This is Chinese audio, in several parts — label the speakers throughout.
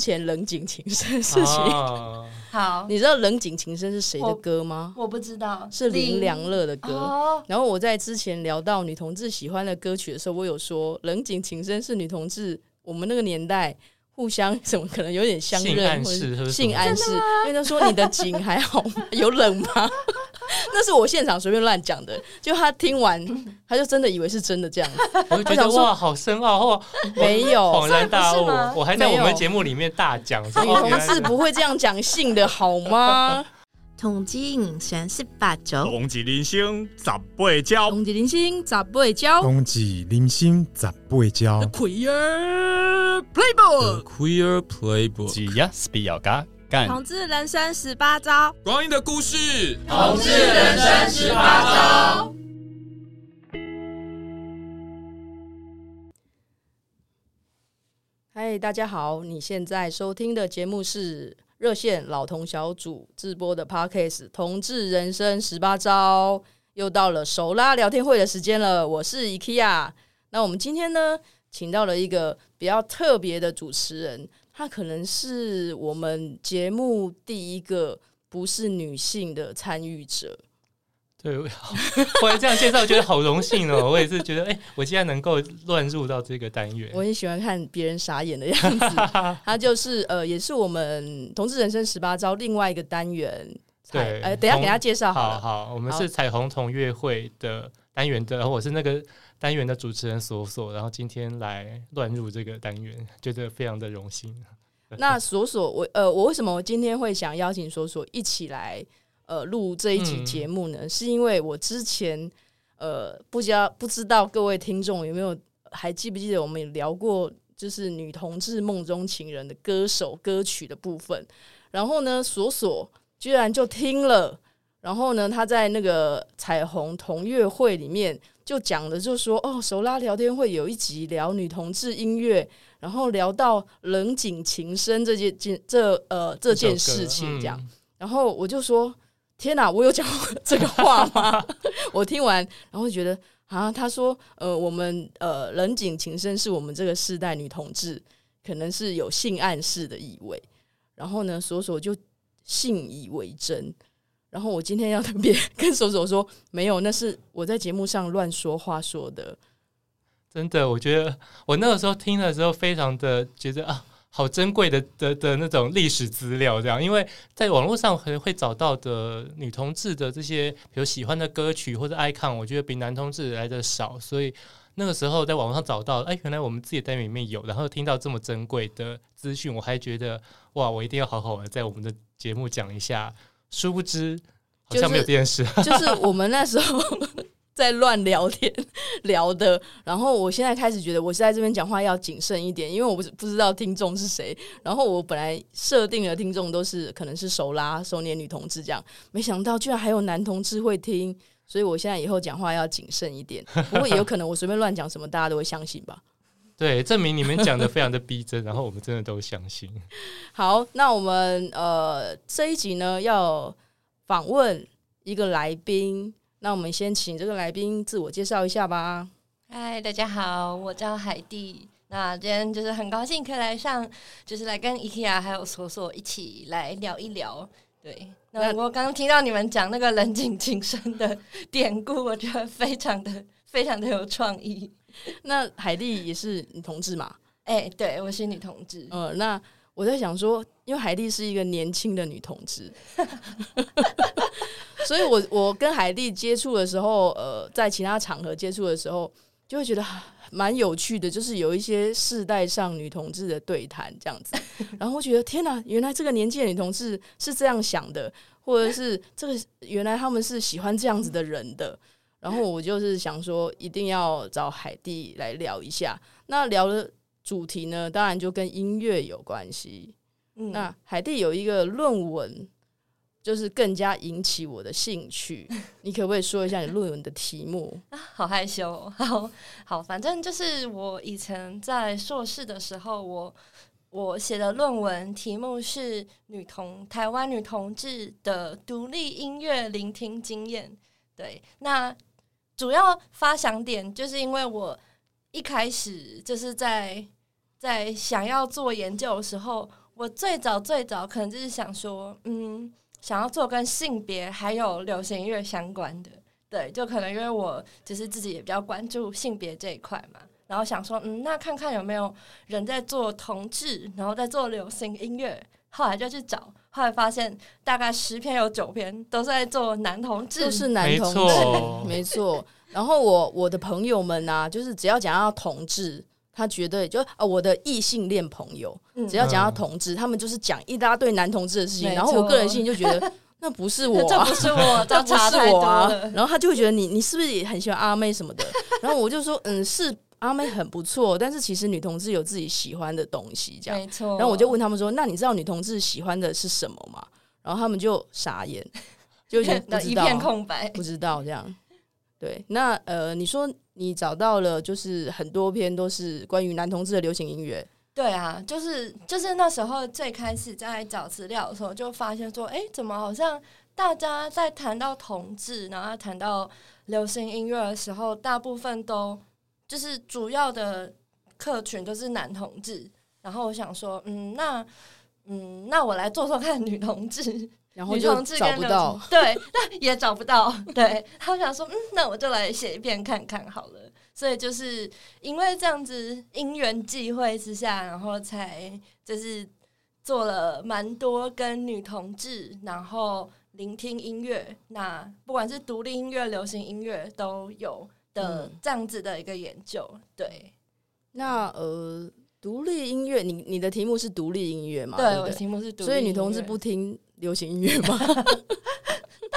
Speaker 1: 前冷井情深的事情。哦
Speaker 2: 啊，
Speaker 3: 好，
Speaker 1: 你知道冷井情深是谁的
Speaker 3: 我
Speaker 1: 歌
Speaker 2: 哦
Speaker 1: 吗？
Speaker 3: 我不知道
Speaker 1: 是林良乐的歌。
Speaker 3: 哦，
Speaker 1: 然后我在之前聊到女同志喜欢的歌曲的时候，我有说《冷井情深》是女同志我们那个年代互相怎么可能有点相
Speaker 2: 性
Speaker 1: 认
Speaker 2: 暗
Speaker 1: 或
Speaker 2: 示
Speaker 1: 者
Speaker 2: 是不是
Speaker 1: 性暗示，因为他说你的井还好吗？ 有冷吗？那是我现场随便乱讲的，就他听完他就真的以为是真的这 样子，
Speaker 2: 我就觉
Speaker 1: 想
Speaker 2: 得
Speaker 1: 说哦
Speaker 2: 哇，好深奥，哇，
Speaker 1: 没有
Speaker 2: 恍。然大
Speaker 3: 所以
Speaker 2: 悟
Speaker 3: 不是吗，
Speaker 2: 我还在我
Speaker 1: 没
Speaker 2: 们
Speaker 1: 有
Speaker 2: 节目里面大讲，说
Speaker 1: 女
Speaker 2: 哦
Speaker 1: 同
Speaker 2: 原来
Speaker 1: 志不会这样讲性的好吗？
Speaker 4: 统计人生十八招，
Speaker 5: 同志人生十八招，
Speaker 1: 同志零星咋不会教？
Speaker 6: 冬季零星十八招，
Speaker 4: queer playboy，
Speaker 7: Queer Playbook，
Speaker 5: 只要是比较嘎干
Speaker 4: 统治人生十八招。
Speaker 7: 光阴的故事。
Speaker 3: 同志人生十八招。
Speaker 1: 嗨，大家好！你现在收听的节目是热线老同小组直播的 Podcast《同志人生十八招》，又到了手拉聊天会的时间了。我是 IKEA，那我们今天呢，请到了一个比较特别的主持人，她可能是我们节目第一个不是女性的参与者。
Speaker 2: 对， 我忽然这样介绍，觉得好荣幸哦！我也是觉得，哎、我竟然能够乱入到这个单元
Speaker 1: 我，很喜欢看别人傻眼的样 子。他就是呃，也是我们《同志人生十八招》另外一个单元。
Speaker 2: 对
Speaker 1: 哎、等一下
Speaker 2: 同
Speaker 1: 给他介绍好
Speaker 2: 好
Speaker 1: 了。
Speaker 2: 好，我们
Speaker 1: 好
Speaker 2: 是彩虹同乐会的单元的，然后我是那个单元的主持人索索，然后今天来乱入这个单元，觉得非常的荣幸。
Speaker 1: 那索索，我呃，我为什么今天会想邀请索索一起来呃录这一集
Speaker 2: 嗯
Speaker 1: 节目呢？是因为我之前呃不知道不知道各位听众有没有还记不记得我们有聊过就是女同志梦中情人的歌手歌曲的部分，然后呢，索索居然就听了。然后呢，他在那个彩虹同乐会里面就讲的，就说哦，手拉聊天会有一集聊女同志音乐，然后聊到冷井情深这件件这呃这件事情
Speaker 2: 嗯
Speaker 1: 这样。然后我就说：“天哪，我有讲过这个话吗？” 我听完，然后就觉得啊，他说：“呃，我们呃，人景情深是我们这个世代女同志可能是有性暗示的意味。”然后呢，索索就信以为真。然后我今天要特别 跟索索说，没有，那是我在节目上乱说话说的。
Speaker 2: 真的，我觉得我那个时候听的时候，非常的觉得啊，好珍贵的的的那种历史资料，这样，因为在网络上可能会找到的女同志的这些，比如喜欢的歌曲或者 icon，我觉得比男同志来的少，所以那个时候在网络上找到，哎，原来我们自己的单元里面有，然后听到这么珍贵的资讯，我还觉得哇，我一定要好好的在我们的节目讲一下，殊不知好
Speaker 1: 就
Speaker 2: 像
Speaker 1: 是
Speaker 2: 没有这件事，
Speaker 1: 就是我们那时候 在乱聊天聊的，然后我现在开始觉得我是在这边讲话要谨慎一点，因为我不是不知道听众是谁。然后我本来设定的听众都是可能是手拉、手捏女同志这样，没想到居然还有男同志会听，所以我现在以后讲话要谨慎一点。不过也有可能我随便乱讲什么，大家都会相信吧。
Speaker 2: 对，证明你们讲的非常的逼真，然后我们真的都相信。
Speaker 1: 好，那我们呃这一集呢要访问一个来宾，那我们先请这个来宾自我介绍一下吧。
Speaker 3: 嗨，大家好，我叫海蒂。那今天就是很高兴可以来上，就是来跟 IKEA 还有索索一起来聊一聊。对，那
Speaker 1: 那
Speaker 3: 我刚刚听到你们讲那个冷井情深的典故， 我觉得非常的非常的有创意。
Speaker 1: 那海莉也是女同志嘛？
Speaker 3: 哎、对我是女同志，
Speaker 1: 呃，那我在想说，因为海莉是一个年轻的女同志，所以我我跟海莉接触的时候，呃，在其他场合接触的时候，就会觉得啊蛮有趣的，就是有一些世代上女同志的对谈这样子，然后我觉得天哪，原来这个年纪的女同志是这样想的，或者是这个原来他们是喜欢这样子的人的。然后我就是想说，一定要找海蒂来聊一下。那聊了主题呢，当然就跟音乐有关系。
Speaker 3: 嗯，
Speaker 1: 那海蒂有一个论文，就是更加引起我的兴 趣。你可不可以说一下你论文的题目？
Speaker 3: 好害羞、哦， 好好，反正就是我以前在硕士的时候，我我写的论文题目是女同台湾女同志的独立音乐聆听经验。对，那主要发想点就是因为我一开始就是在在想要做研究的时候，我我最早最早可能就是想说，嗯，想要做跟性别还有流行音乐相关的，对，就可能因为我就是自己也比较关注性别这一块嘛，然后想说，嗯，那看看有没有人在做同志，然后在做流行音乐。后来就去找，后来发现大概十篇有九篇都是在做男同志，
Speaker 1: 就是男同志
Speaker 2: 没错，
Speaker 1: 没错。然后我我的朋友们啊，就是只要讲到同志，他绝对就啊、我的异性恋朋友，
Speaker 3: 嗯
Speaker 1: 只要讲到同志，他们就是讲一大堆男同志的事情。
Speaker 3: 没
Speaker 1: 然后我
Speaker 3: 错
Speaker 1: 个人心里就觉得 那不是我、
Speaker 3: 这
Speaker 1: 啊，
Speaker 3: 不 是我，
Speaker 1: 这
Speaker 3: 这
Speaker 1: 不
Speaker 3: 差
Speaker 1: 是
Speaker 3: 太
Speaker 1: 我
Speaker 3: 多
Speaker 1: 啊
Speaker 3: 了。。
Speaker 1: 然后他就会觉得你你是不是也很喜欢阿妹什么的？然后我就说嗯是阿妹很不错，但是其实女同志有自己喜欢的东西 这样。
Speaker 3: 没啊错。
Speaker 1: 然后我就问他们说：“那你知道女同志喜欢的是什么吗？”然后他们就傻 眼，就觉得不
Speaker 3: 那
Speaker 1: 知
Speaker 3: 一
Speaker 1: 道啊、
Speaker 3: 片空白。
Speaker 1: 不知道这样。对，那呃，你说你找到了，就是很多篇都是关于男同志的流行音乐，
Speaker 3: 对啊，就是就是那时候最开始在找资料的时候，就发现说，哎，怎么好像大家在谈到同志，然后谈到流行音乐的时候，大部分都就是主要的客群都是男同志。然后我想说，嗯，那嗯，那我来做做看女同志。
Speaker 1: 然后
Speaker 3: 女
Speaker 1: 就
Speaker 3: 同志
Speaker 1: 找
Speaker 3: 跟
Speaker 1: 不
Speaker 3: 流
Speaker 1: 到。
Speaker 3: 行，对，那也找不到。对，他想说，嗯，那我就来写一遍看看好了。所以就是因为这样子因缘际会之下，然后才就是做了蛮多跟女同志，然后聆听音乐，那不管是独立音乐、流行音乐都有的
Speaker 1: 嗯
Speaker 3: 这样子的一个研究。对，
Speaker 1: 那呃，独立音乐，你你的题目是独立音乐嘛？啊对
Speaker 3: 对，
Speaker 1: 不
Speaker 3: 我
Speaker 1: 对，
Speaker 3: 题目是独立音乐，
Speaker 1: 所以女同志不听流行音乐 吗？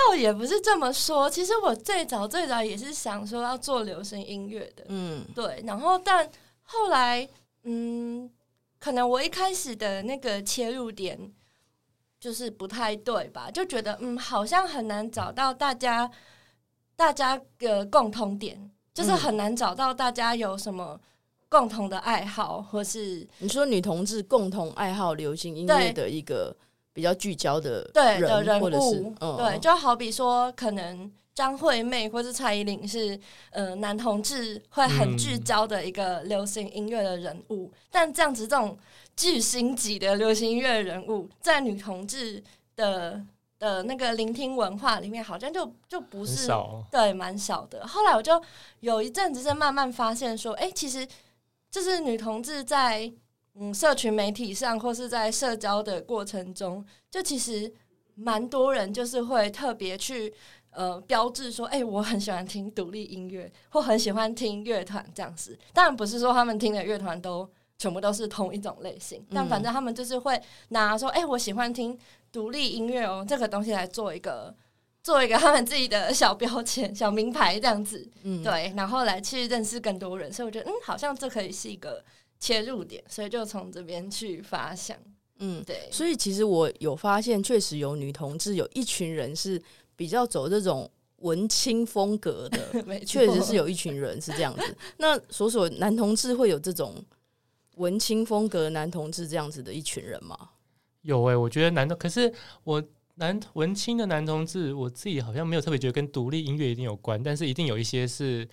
Speaker 3: 倒也不是这么说。其实我最早最早也是想说要做流行音乐的，
Speaker 1: 嗯，
Speaker 3: 对，然后但后来，嗯，可能我一开始的那个切入点就是不太对吧，就觉得嗯，好像很难找到大家大家的共同点，就是
Speaker 1: 嗯
Speaker 3: 很难找到大家有什么共同的爱好，或是
Speaker 1: 你说女同志共同爱好流行音乐
Speaker 3: 对
Speaker 1: 的一个比较聚焦的
Speaker 3: 对
Speaker 1: 人
Speaker 3: 的人
Speaker 1: 或者是
Speaker 3: 物，
Speaker 1: 嗯
Speaker 3: 对，就好比说可能。张惠妹或是蔡依林是呃男同志会很
Speaker 2: 嗯
Speaker 3: 聚焦的一个流行音乐的人物，但这样子这种巨星级的流行音乐人物，在女同志的的那个聆听文化里面，好像就就不
Speaker 2: 很
Speaker 3: 是
Speaker 2: 少。
Speaker 3: 对，蛮少的。后来我就有一阵子是慢慢发现说，哎、其实就是女同志在嗯社群媒体上或是在社交的过程中，就其实蛮多人就是会特别去呃标志说，哎、我很喜欢听独立音乐，或很喜欢听乐团这样子。当然不是说他们听的乐团都。全部都是同一种类型，但反正他们就是会拿说，哎、我喜欢听独立音乐哦，这个东西来做一个做一个他们自己的小标签、小名牌这样子，
Speaker 1: 嗯，
Speaker 3: 对，然后来去认识更多人，所以我觉得，嗯，好像这可以是一个切入点，所以就从这边去发想，
Speaker 1: 嗯。
Speaker 3: 对，
Speaker 1: 所以其实我有发现，确实有女同志有一群人是比较走这种文青风格 的，
Speaker 3: 没错
Speaker 1: 确实是，有一群人是这样 子。那所所男同志会有这种文青风格男同志这样子的一群人吗？
Speaker 2: 有哎、我觉得男同，可是我男文青的男同志，我自己好像没有特别觉得跟独立音乐一定有关，但是一定有一些是，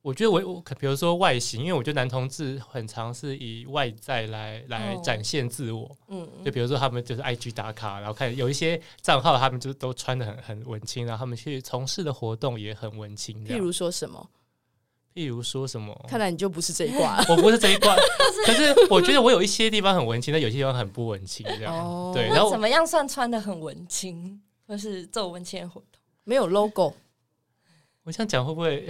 Speaker 2: 我觉得我我可比如说外形，因为我觉得男同志很常是以外在来来
Speaker 3: 哦
Speaker 2: 展现自我，
Speaker 3: 嗯
Speaker 2: 就比如说他们就是 IG 打卡，然后看有一些账号，他们就都穿的很很文青，然后他们去从事的活动也很文青这
Speaker 1: 譬
Speaker 2: 样，
Speaker 1: 如说什么？
Speaker 2: 譬如说什么，
Speaker 1: 看来你就不是这一 挂
Speaker 2: 我不是这一 挂，可是我觉得我有一些地方很文青，但有些地方很不文青这样，
Speaker 1: 哦
Speaker 2: 对，然
Speaker 3: 那
Speaker 2: 后
Speaker 3: 怎么样算穿的很文青，或是做文青的活动？
Speaker 1: 没有 logo。
Speaker 2: 我想讲会不会？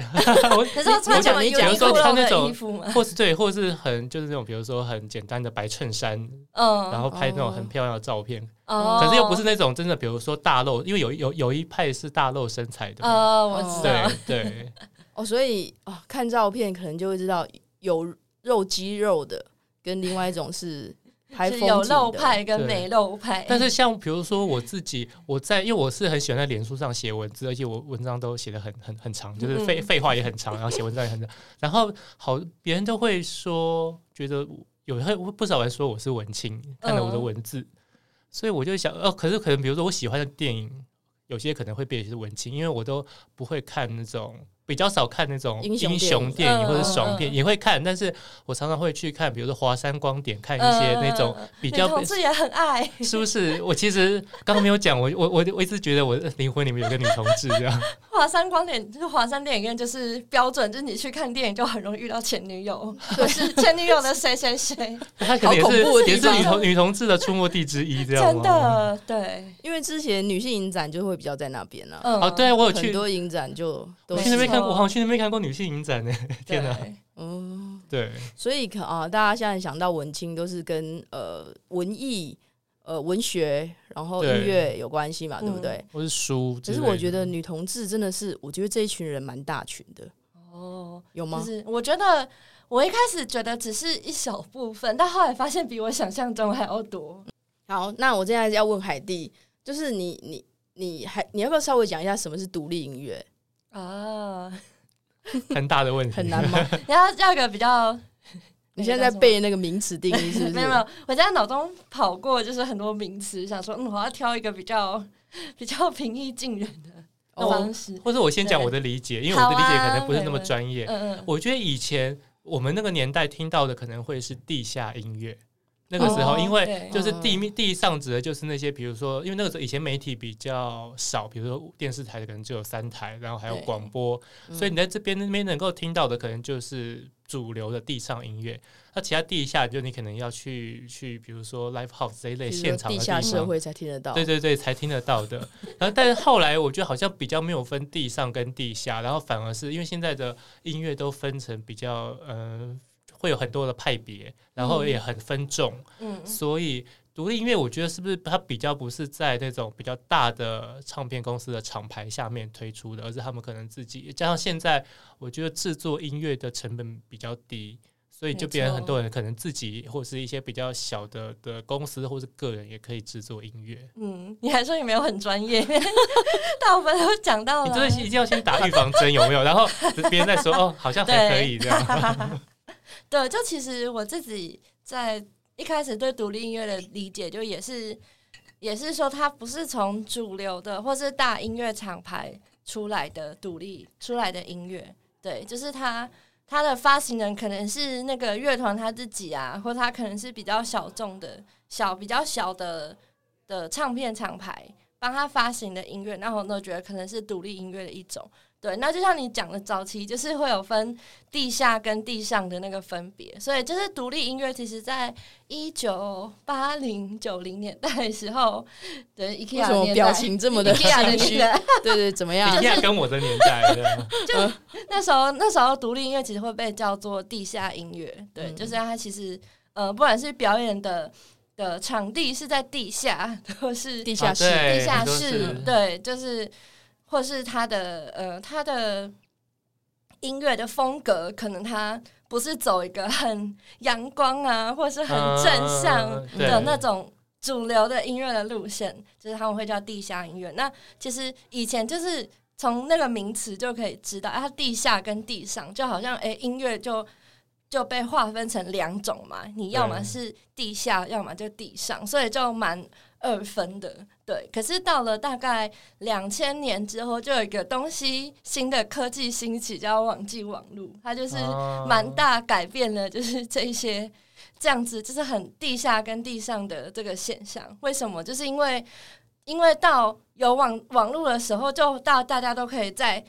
Speaker 2: 我
Speaker 3: 可是要穿什么
Speaker 1: 你讲
Speaker 2: 比如
Speaker 3: u n i
Speaker 2: 说穿那
Speaker 3: 的衣
Speaker 2: 种，
Speaker 3: 服吗？
Speaker 2: 或是对，或是很就是那种，比如说很简单的白衬衫，
Speaker 3: 嗯，
Speaker 2: 然后拍那种
Speaker 1: 哦
Speaker 2: 很漂亮的照片，
Speaker 3: 哦，
Speaker 2: 可是又不是，那种真的，比如说大露，因为有有有一派是大露身材的嘛，
Speaker 3: 呃，我知道，
Speaker 2: 对对，
Speaker 1: 哦，所以哦，看照片可能就会知道有肉肌肉的，跟另外一种 是拍
Speaker 3: 是
Speaker 1: 风
Speaker 3: 有
Speaker 1: 景
Speaker 3: 露
Speaker 1: 的
Speaker 3: 派跟
Speaker 2: 对
Speaker 3: 没露派，
Speaker 2: 但是像比如说我自己，我在因为我是很喜欢在脸书上写文字，而且我文章都写的很很很长，就是废
Speaker 3: 嗯
Speaker 2: 废话也很长，然后写文章也很长，然后好别人都会说，觉得我有会不少人说我是文青，看了我的
Speaker 3: 嗯
Speaker 2: 文字，所以我就想，哦，可是可能比如说我喜欢的电影，有些可能会被是文青，因为我都不会看那种。比较少看那种
Speaker 1: 英
Speaker 2: 英
Speaker 1: 雄
Speaker 2: 雄
Speaker 1: 电
Speaker 2: 电
Speaker 3: 影
Speaker 2: 影或者
Speaker 3: 嗯
Speaker 2: 爽片，
Speaker 3: 嗯嗯
Speaker 2: 也会看，但是我常常会去看，比如说华山光点看一些那种
Speaker 3: 嗯嗯嗯
Speaker 2: 比
Speaker 3: 女
Speaker 2: 较
Speaker 3: 同志也很爱，
Speaker 2: 是不是？我其实刚刚没有讲，我我我我一直觉得我的灵魂里面有个女同志这样。
Speaker 3: 华山光点就是华山电影院，就是标准，就是你去看电影就很容易遇到前女友，或是前女友的谁谁谁，
Speaker 2: 她可能也
Speaker 1: 好恐怖的
Speaker 2: 是
Speaker 1: 地
Speaker 2: 也是
Speaker 1: 方哦
Speaker 2: 女同女同志的出没地之 一，这样
Speaker 3: 真
Speaker 2: 吗？
Speaker 3: 的对，
Speaker 1: 因为之前女性影展就会比较在那边啊，
Speaker 3: 嗯
Speaker 2: 哦，对，我有
Speaker 1: 很
Speaker 2: 去，
Speaker 1: 多哦影展就都
Speaker 2: 我
Speaker 1: 是
Speaker 2: 去那边看过，我
Speaker 3: 没错
Speaker 2: 好像去那边看过女性影展呢。天哪，
Speaker 3: 对
Speaker 1: 嗯，
Speaker 2: 对，
Speaker 1: 所以可啊，大家现在想到文青都是跟呃文艺、呃文学，然后音
Speaker 2: 对
Speaker 1: 乐有关系嘛，对不
Speaker 3: 嗯
Speaker 1: 对？
Speaker 2: 或是书
Speaker 1: 只
Speaker 2: 之类
Speaker 1: 是
Speaker 2: 的。
Speaker 1: 我觉得女同志真的是，我觉得这一群人蛮大群的，
Speaker 3: 哦，
Speaker 1: 有
Speaker 3: 就
Speaker 1: 吗？
Speaker 3: 是我觉得我一开始觉得只是一小部分，但后来发现比我想象中还要多。
Speaker 1: 好，那我现在要问海蒂，就是你你你还你要不要稍微讲一下什么是独立音乐？
Speaker 3: 啊，
Speaker 2: 很大的问题，
Speaker 1: 很难 吗？
Speaker 3: 要要个比较，
Speaker 1: 你现在在背那个名词定义是不哦是？
Speaker 3: 没有没有，我在脑中跑过，就是很多名词，想说嗯，我要挑一个比较 比较平易近人的
Speaker 1: 哦
Speaker 3: 方式。
Speaker 2: 或者我先讲
Speaker 3: 对
Speaker 2: 我的理解，因为我的理解
Speaker 3: 好啊
Speaker 2: 可能不是那么
Speaker 3: 没问
Speaker 2: 专业。
Speaker 3: 嗯嗯，
Speaker 2: 我觉得以前我们那个年代听到的可能会是地下音乐，那个时候
Speaker 3: 哦
Speaker 2: 因为
Speaker 3: 对
Speaker 2: 就是地面地上指的就是那些，比如说，因为那个时候以前媒体比较少，比如说电视台可能只有三台，然后还有
Speaker 1: 对
Speaker 2: 广播，
Speaker 1: 嗯
Speaker 2: 所以你在这边那边能够听到的可能就是主流的地上音乐，那其他地下就你可能要去去，比如说 live house 这一类
Speaker 1: 比如
Speaker 2: 现
Speaker 1: 说
Speaker 2: 场的
Speaker 1: 地
Speaker 2: 地
Speaker 1: 下
Speaker 2: 方。
Speaker 1: 社会才听得到。
Speaker 2: 对对对，才听得 到的。然后，但是后来我觉得好像比较没有分地上跟地下，然后反而是因为现在的音乐都分成比较，嗯、会有很多的派别，然后也很分众，
Speaker 3: 嗯，
Speaker 2: 所以独立音乐我觉得是不是它比较不是在那种比较大的唱片公司的厂牌下面推出的，而是他们可能自己加上现在我觉得制作音乐的成本比较低。所以就变成
Speaker 3: 没错
Speaker 2: 很多人可能自己或是一些比较小的的公司或是个人也可以制作音乐。
Speaker 3: 嗯，你还说你没有很专业， 大部分都讲到
Speaker 2: 你
Speaker 3: 了。
Speaker 2: 真的是一定要先打预防 针，有没有？然后别人再说哦，好像还可以这 样。
Speaker 3: 对，就其实我自己在一开始对独立音乐的理解，就也是也是说，它不是从主流的或是大音乐厂牌出来的独立出来的音乐，对，就是它它的发行人可能是那个乐团他自己啊，或他可能是比较小众的小比较小的的唱片厂牌帮他发行的音乐，那我都觉得可能是独立音乐的一种。对，那就像你讲的，早期就是会有分地下跟地上的那个分别，所以就是独立音乐，其实在一九八零九零年代的时候，对
Speaker 1: 为
Speaker 3: IKEA
Speaker 1: 什么
Speaker 3: 年代
Speaker 1: 表情这么的
Speaker 3: IKEA
Speaker 1: 心
Speaker 3: 的年
Speaker 1: 虚？
Speaker 3: 代，
Speaker 1: 对对，怎么样？
Speaker 2: 一样跟我的年代这样，
Speaker 3: 那时候那时候独立音乐其实会被叫做地下音乐，对，
Speaker 1: 嗯
Speaker 3: 就是它其实呃，不管是表演的的场地是在地下， 或是
Speaker 1: 地下室
Speaker 2: 啊对
Speaker 3: 地下
Speaker 2: 很多
Speaker 3: 室，
Speaker 2: 是
Speaker 3: 对，就是或是它的呃它的音乐的风格，可能它不是走一个很阳光啊， 或是很正向
Speaker 2: 嗯对
Speaker 3: 的那种主流的音乐的路线，就是他们会叫地下音乐。那其实以前就是从那个名词就可以知道，啊，它地下跟地上就好像诶，音乐就就被划分成两种嘛，你要么
Speaker 2: 对
Speaker 3: 是地下，要么就地上，所以就蛮二分的。对，可是到了大概两千年之后，就有一个东西新的科技兴起，叫网际网路，它就是
Speaker 2: 哦
Speaker 3: 蛮。大改变了，就是这一些这样子，就是很地下跟地上的这个现象。为什么？就是因为因为到有网网络的时候，就到大家都可以在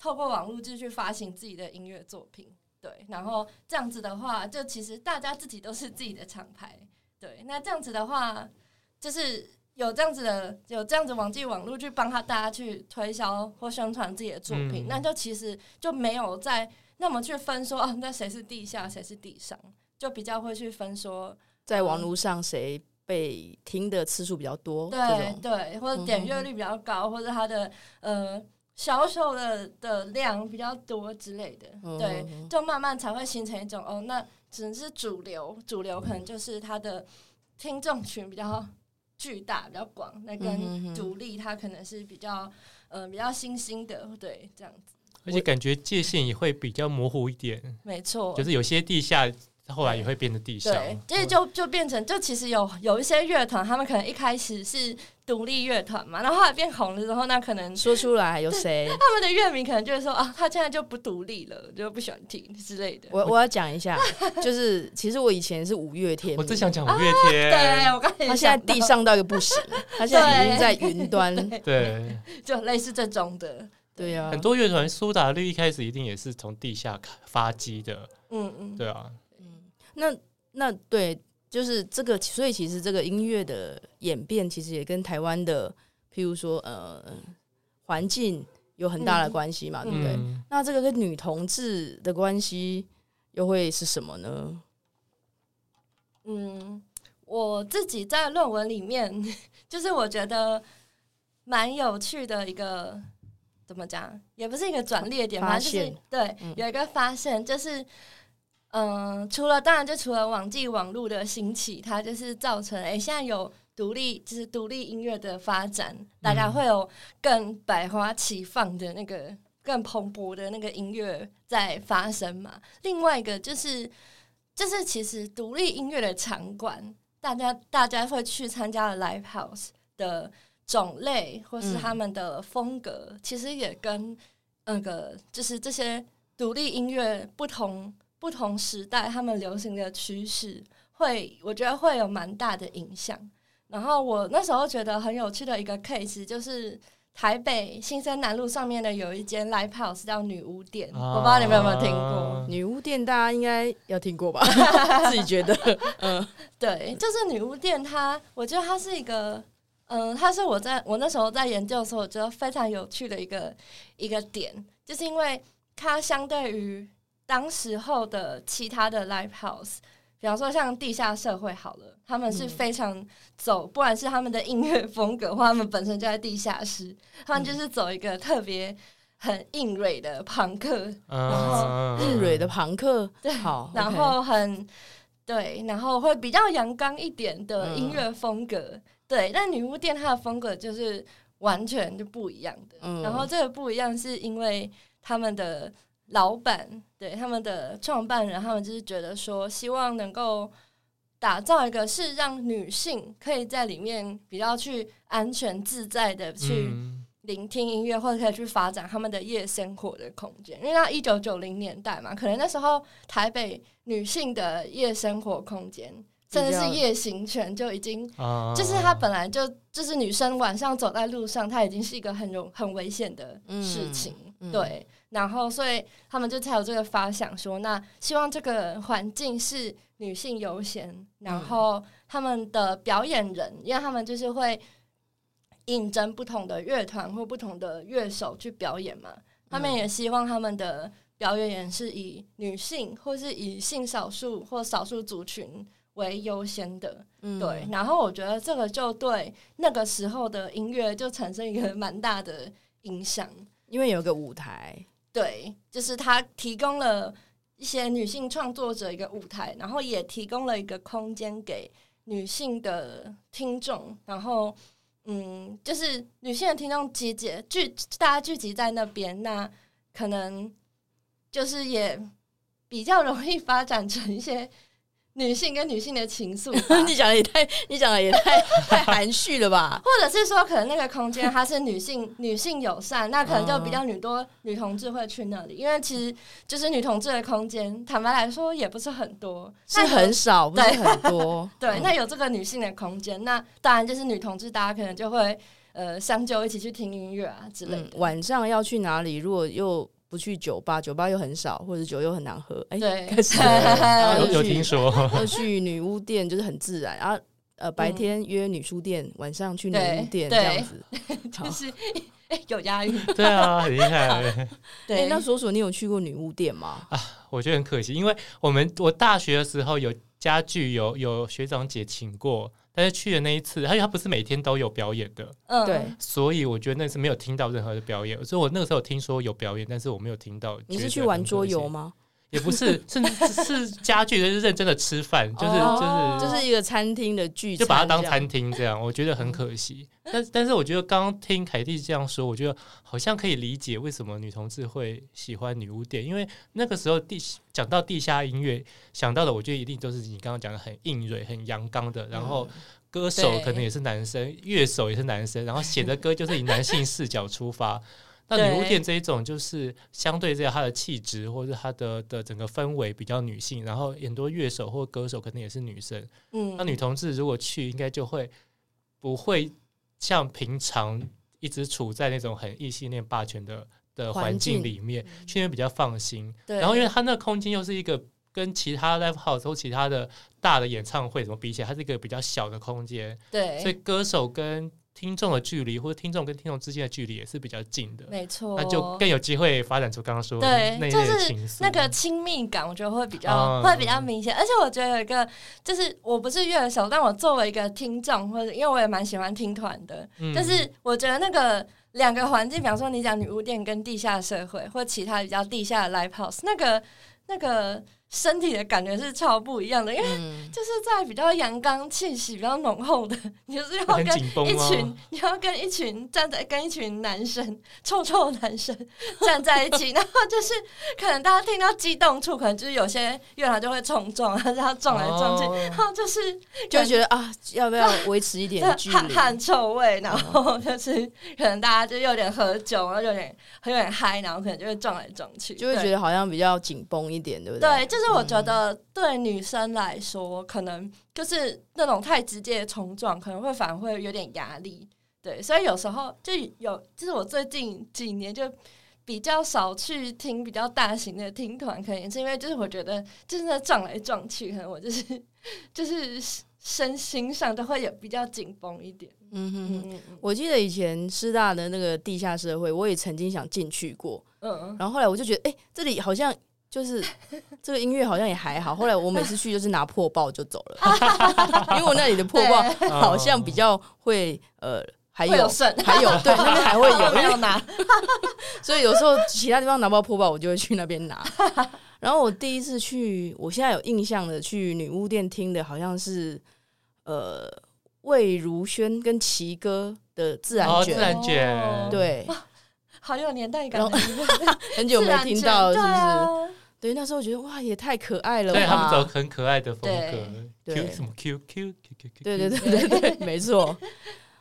Speaker 3: 透过网络继续发行自己的音乐作品，对。然后这样子的话，就其实大家自己都是自己的厂牌，对。那这样子的话，就是。有这样子的，有这样子网际网络去帮他大家去推销或宣传自己的作品，
Speaker 2: 嗯
Speaker 3: 那就其实就没有在那么去分说，哦，那谁是地下，谁是地上，就比较会去分说，
Speaker 1: 在网络上谁被听的次数比较多？哦这
Speaker 3: 对
Speaker 1: 种嗯
Speaker 3: 对，或者点阅率比较高，或者它的呃销售的的量比较多之类的，
Speaker 1: 嗯
Speaker 3: 对
Speaker 1: 嗯嗯，
Speaker 3: 就慢慢才会形成一种哦，那只能是主流，主
Speaker 1: 嗯
Speaker 3: 流可能就是它的听众群比较巨大、比较广，那
Speaker 1: 嗯哼
Speaker 3: 跟
Speaker 1: 哼
Speaker 3: 独立它可能是比较呃比较新兴的，对，这样子，
Speaker 2: 而且感觉界限也会比较模糊一点，
Speaker 3: 没错，
Speaker 2: 就是有些地下后来也会变得地上嗯
Speaker 3: 对，，所以就就变成，就其实有有一些乐团，他们可能一开始是独立乐团嘛，然后后来变红了之后，那可能
Speaker 1: 说出来有谁？
Speaker 3: 他们的乐迷可能就会说啊，他现在就不独立了，就不喜欢听之类的。
Speaker 1: 我我要讲一下，就是其实我以前是五月天迷，
Speaker 2: 我只想讲五月
Speaker 3: 对，
Speaker 2: 天，
Speaker 3: 我刚才也
Speaker 1: 他现在
Speaker 3: 想到
Speaker 1: 地上到一个不行，他现在已经在云端。
Speaker 2: 对，
Speaker 3: 就类似这种的，
Speaker 1: 对啊，
Speaker 2: 很多乐团苏打绿一开始一定也是从地下开发迹的，
Speaker 3: 嗯嗯，
Speaker 2: 对啊，
Speaker 1: 那那对，就是这个，所以其实这个音乐的演变，其实也跟台湾的，譬如说呃环境有很大的
Speaker 3: 嗯
Speaker 1: 关系嘛，对不对？
Speaker 2: 嗯，
Speaker 1: 那这个跟女同志的关系又会是什么呢？
Speaker 3: 嗯，我自己在论文里面， 就是我觉得蛮有趣的一个，怎么讲，也不是一个转捩点，
Speaker 1: 发
Speaker 3: 反正就
Speaker 1: 现
Speaker 3: 是对
Speaker 1: 嗯
Speaker 3: 有一个发现，就是嗯、呃除了当然就除了网际网络的兴起，它就是造成哎、诶现在有。独立就是独立音乐的发展，大
Speaker 1: 嗯
Speaker 3: 家会有更百花齐放的那个、更蓬勃的那个音乐在发生嘛。另外一个就是就是其实独立音乐的场馆，大家大家会去参加的 live house 的种类或
Speaker 1: 嗯
Speaker 3: 是他们的风格，其实也跟那个就是这些独立音乐不同不同时代他们流行的趋势，会我觉得会有蛮大的影响。然后我那时候觉得很有趣的一个 case 就是。台北新生南路上面的有一间 live house 叫女巫店，我不知道你们有没有听过。
Speaker 2: 啊
Speaker 1: 女巫店大家应该要听过 吧？自己觉得，嗯，
Speaker 3: 对，就是女巫店它，我觉得它是一个，嗯、它是我在我那时候在研究的时候，我觉得非常有趣的一个一个点，就是因为它相对于当时候的其他的 live house。比方说像地下社会好了，他们是
Speaker 1: 嗯
Speaker 3: 非常走，不管是他们的音乐风格，或他们本身就在地下室，他
Speaker 1: 嗯
Speaker 3: 们就是走一个特别很硬蕊的朋克
Speaker 2: 嗯，
Speaker 1: 硬蕊的朋克，好，
Speaker 3: 然
Speaker 1: OK
Speaker 3: 后很对，然后会比较阳刚一点的音乐风格。
Speaker 1: 嗯
Speaker 3: 对，但女巫店它的风格就是完全就不一样的。
Speaker 1: 嗯
Speaker 3: 然后这个不一样是因为他们的老板，对他们的创办人，他们就是觉得说，希望能够打造一个是让女性可以在里面比较去安全自在的去、
Speaker 2: 嗯
Speaker 3: 聆听音乐，或者可以去发展他们的夜生活的空间。因为到一九九零年代嘛，可能那时候台北女性的夜生活空间，甚至是夜行权就已经，
Speaker 1: 嗯
Speaker 2: 啊
Speaker 3: 就是她本来就就是女生晚上走在路上，她已经是一个很容很危险的事情。
Speaker 1: 嗯嗯
Speaker 3: 对，然后所以他们就才有这个发想说，那希望这个环境是女性优先，然
Speaker 1: 嗯
Speaker 3: 后他们的表演人，因为他们就是会应征不同的乐团或不同的乐手去表演嘛，他
Speaker 1: 嗯
Speaker 3: 们也希望他们的表演人是以女性或是以性少数或少数族群为优先的，
Speaker 1: 嗯
Speaker 3: 对，然后我觉得这个就对那个时候的音乐就产生一个蛮大的影响。
Speaker 1: 因为有个舞台，
Speaker 3: 对，就是它提供了一些女性创作者一个舞台，然后也提供了一个空间给女性的听众，然后。嗯，就是女性的听众集结聚，大家聚集在那边，那可能就是也比较容易发展成一些女性跟女性的情愫吧。
Speaker 1: 你讲的也太，你讲的也太太含蓄了吧？
Speaker 3: 或者是说，可能那个空间它是女性 女性友善，那可能就比较女
Speaker 1: 嗯
Speaker 3: 多女同志会去那里，因为其实就是女同志的空间，坦白来说也不是很多，
Speaker 1: 是
Speaker 3: 那有
Speaker 1: 很嗯少，不是
Speaker 3: 对。
Speaker 1: 很多
Speaker 3: 对。那有这个女性的空间，那当然就是女同志，大家可能就会呃相就一起去听音乐啊之类
Speaker 1: 嗯
Speaker 3: 的。
Speaker 1: 晚上要去哪里？如果又不去酒吧，酒吧又很少，或者酒又很难喝，哎、
Speaker 3: 对
Speaker 1: 开始
Speaker 2: 啊
Speaker 1: 然后
Speaker 2: 有
Speaker 1: 就
Speaker 2: 有
Speaker 1: 去
Speaker 2: 听 说，
Speaker 1: 又去女巫店，就是很自然。然后呃，白天约女书店，晚上去女
Speaker 3: 嗯对
Speaker 1: 巫店这
Speaker 3: 对
Speaker 1: 样 子。好
Speaker 3: 就，是哎有押韵，
Speaker 2: 对啊，很厉害。
Speaker 1: 哎、
Speaker 3: 对，
Speaker 1: 那索索，你有去过女巫店吗？
Speaker 2: 我觉得很可惜，因为我们我大学的时候有家具有有学长姐请过，但是去的那一次，而且他不是每天都有表演的，
Speaker 3: 嗯
Speaker 1: 对，
Speaker 2: 所以我觉得那次没有听到任何的表演。所以我那个时候有听说有表演，但是我没有听到。
Speaker 1: 你
Speaker 2: 觉
Speaker 1: 是
Speaker 2: 得
Speaker 1: 去玩
Speaker 2: 很可
Speaker 1: 桌游
Speaker 2: 惜？
Speaker 1: 吗？
Speaker 2: 也不是，是是家具，就是认真的吃饭，就是
Speaker 1: 哦
Speaker 2: 就是
Speaker 1: 就是一个餐厅的聚餐这样，嗯
Speaker 2: 就把它当餐厅这样，我觉得很可惜。但但是我觉得刚刚听凯蒂这样说，我觉得好像可以理解为什么女同志会喜欢女巫店，因为那个时候地讲到地下音乐，想到的我觉得一定都是你刚刚讲的很硬蕊、很阳刚的，然后
Speaker 1: 嗯
Speaker 2: 歌手
Speaker 1: 对
Speaker 2: 可能也是男生，乐手也是男生，然后写的歌就是以男性视角出发。那女巫店这一种，就是相对这样，它的气质或者它的的整个氛围比较女性，然后很多乐手或歌手可能也是女生，
Speaker 3: 嗯
Speaker 2: 那女同志如果去，应该就会不会像平常一直处在那种很异性恋霸权的的
Speaker 1: 环
Speaker 2: 环
Speaker 1: 境
Speaker 2: 境里面，去那边比较放心。
Speaker 3: 嗯对
Speaker 2: 然后，因为它那个空间又是一个跟其他 live house 或其他的大的演唱会怎么比起来，它是一个比较小的空间，
Speaker 3: 对，
Speaker 2: 所以歌手跟听众的距离，或者听众跟听众之间的距离也是比较近的，
Speaker 3: 没错，
Speaker 2: 那就更有机会发展出刚刚说的
Speaker 3: 对
Speaker 2: 那一
Speaker 3: 就
Speaker 2: 类的
Speaker 3: 是
Speaker 2: 情愫
Speaker 3: 那个亲密感，我觉得会比较、
Speaker 2: 嗯
Speaker 3: 会比较明显。而且我觉得有一个，就是我不是乐手，但我作为一个听众，或者因为我也蛮喜欢听团的，
Speaker 2: 嗯
Speaker 3: 就是我觉得那个两个环境，比方说你讲女巫店跟地下社会，或其他比较地下的 live house，那个那个身体的感觉是超不一样的，因为
Speaker 1: 嗯，
Speaker 3: 就是在比较阳刚气息比较浓厚的， 你就是要
Speaker 2: 很
Speaker 3: 跟
Speaker 2: 紧绷
Speaker 3: 一
Speaker 2: 吗
Speaker 3: 群，你要跟一群站在跟一群男生臭臭的男生 站在一起， 然后就是可能大家听到激动处，可能就是有些月亮就会冲撞，然后这样撞来撞去，
Speaker 2: 哦
Speaker 3: 然后就是
Speaker 1: 就觉得啊，要不要维持一 点距
Speaker 3: 对汗
Speaker 1: 离？
Speaker 3: 汗臭味，然
Speaker 2: 哦
Speaker 3: 后就是可能大家就有点喝酒，然后有点有点嗨，然后可能就会撞来撞去，
Speaker 1: 就会
Speaker 3: 对
Speaker 1: 觉得好像比较紧绷一点，对不
Speaker 3: 对，？就是我
Speaker 1: 嗯
Speaker 3: 觉得对女生来说，可能就是那种太直接的冲撞，可能会反而会有点压力。对，所以有时候就有，就是我最近几年就比较少去听比较大型的听团，可能也是因为就是我觉得就是那撞来撞去，可能我就是就是身心上都会有比较紧绷一点。
Speaker 1: 嗯哼哼。
Speaker 3: 嗯嗯嗯
Speaker 1: 我记得以前师大的那个地下社会，我也曾经想进去过，
Speaker 3: 嗯，
Speaker 1: 然后后来我就觉得，哎、这里好像就是 这个音乐好像也还好。后来我每次去就是拿破报就走了， 因为我那里的破报好像比较会呃，还
Speaker 3: 会有
Speaker 1: 有
Speaker 3: 剩，
Speaker 1: 还有对那边还会有，
Speaker 3: 没
Speaker 1: 因
Speaker 3: 有
Speaker 1: 为
Speaker 3: 拿？
Speaker 1: 所以有时候其他地方拿不到破报，我就会去那边拿。然后我第一次去，我现在有印象的，去女巫店听的好像是呃魏如萱跟齐哥的《自然
Speaker 2: 哦，
Speaker 1: 卷
Speaker 2: 自》然卷，
Speaker 3: 哦
Speaker 1: 对，
Speaker 3: 好有年代感
Speaker 1: 然
Speaker 3: 的
Speaker 1: 后
Speaker 3: 音乐，
Speaker 1: 很久
Speaker 3: 自
Speaker 1: 没
Speaker 3: 然
Speaker 1: 听
Speaker 3: 卷
Speaker 1: 到，是
Speaker 3: 对
Speaker 1: 不是？
Speaker 3: 啊
Speaker 1: 对，那时候觉得哇，也太可爱了吧！
Speaker 2: 对他们走很可爱的风格
Speaker 1: 对
Speaker 2: ，Q
Speaker 1: 对
Speaker 2: 什么 Q Q Q Q Q，
Speaker 1: 对对对对对，没错。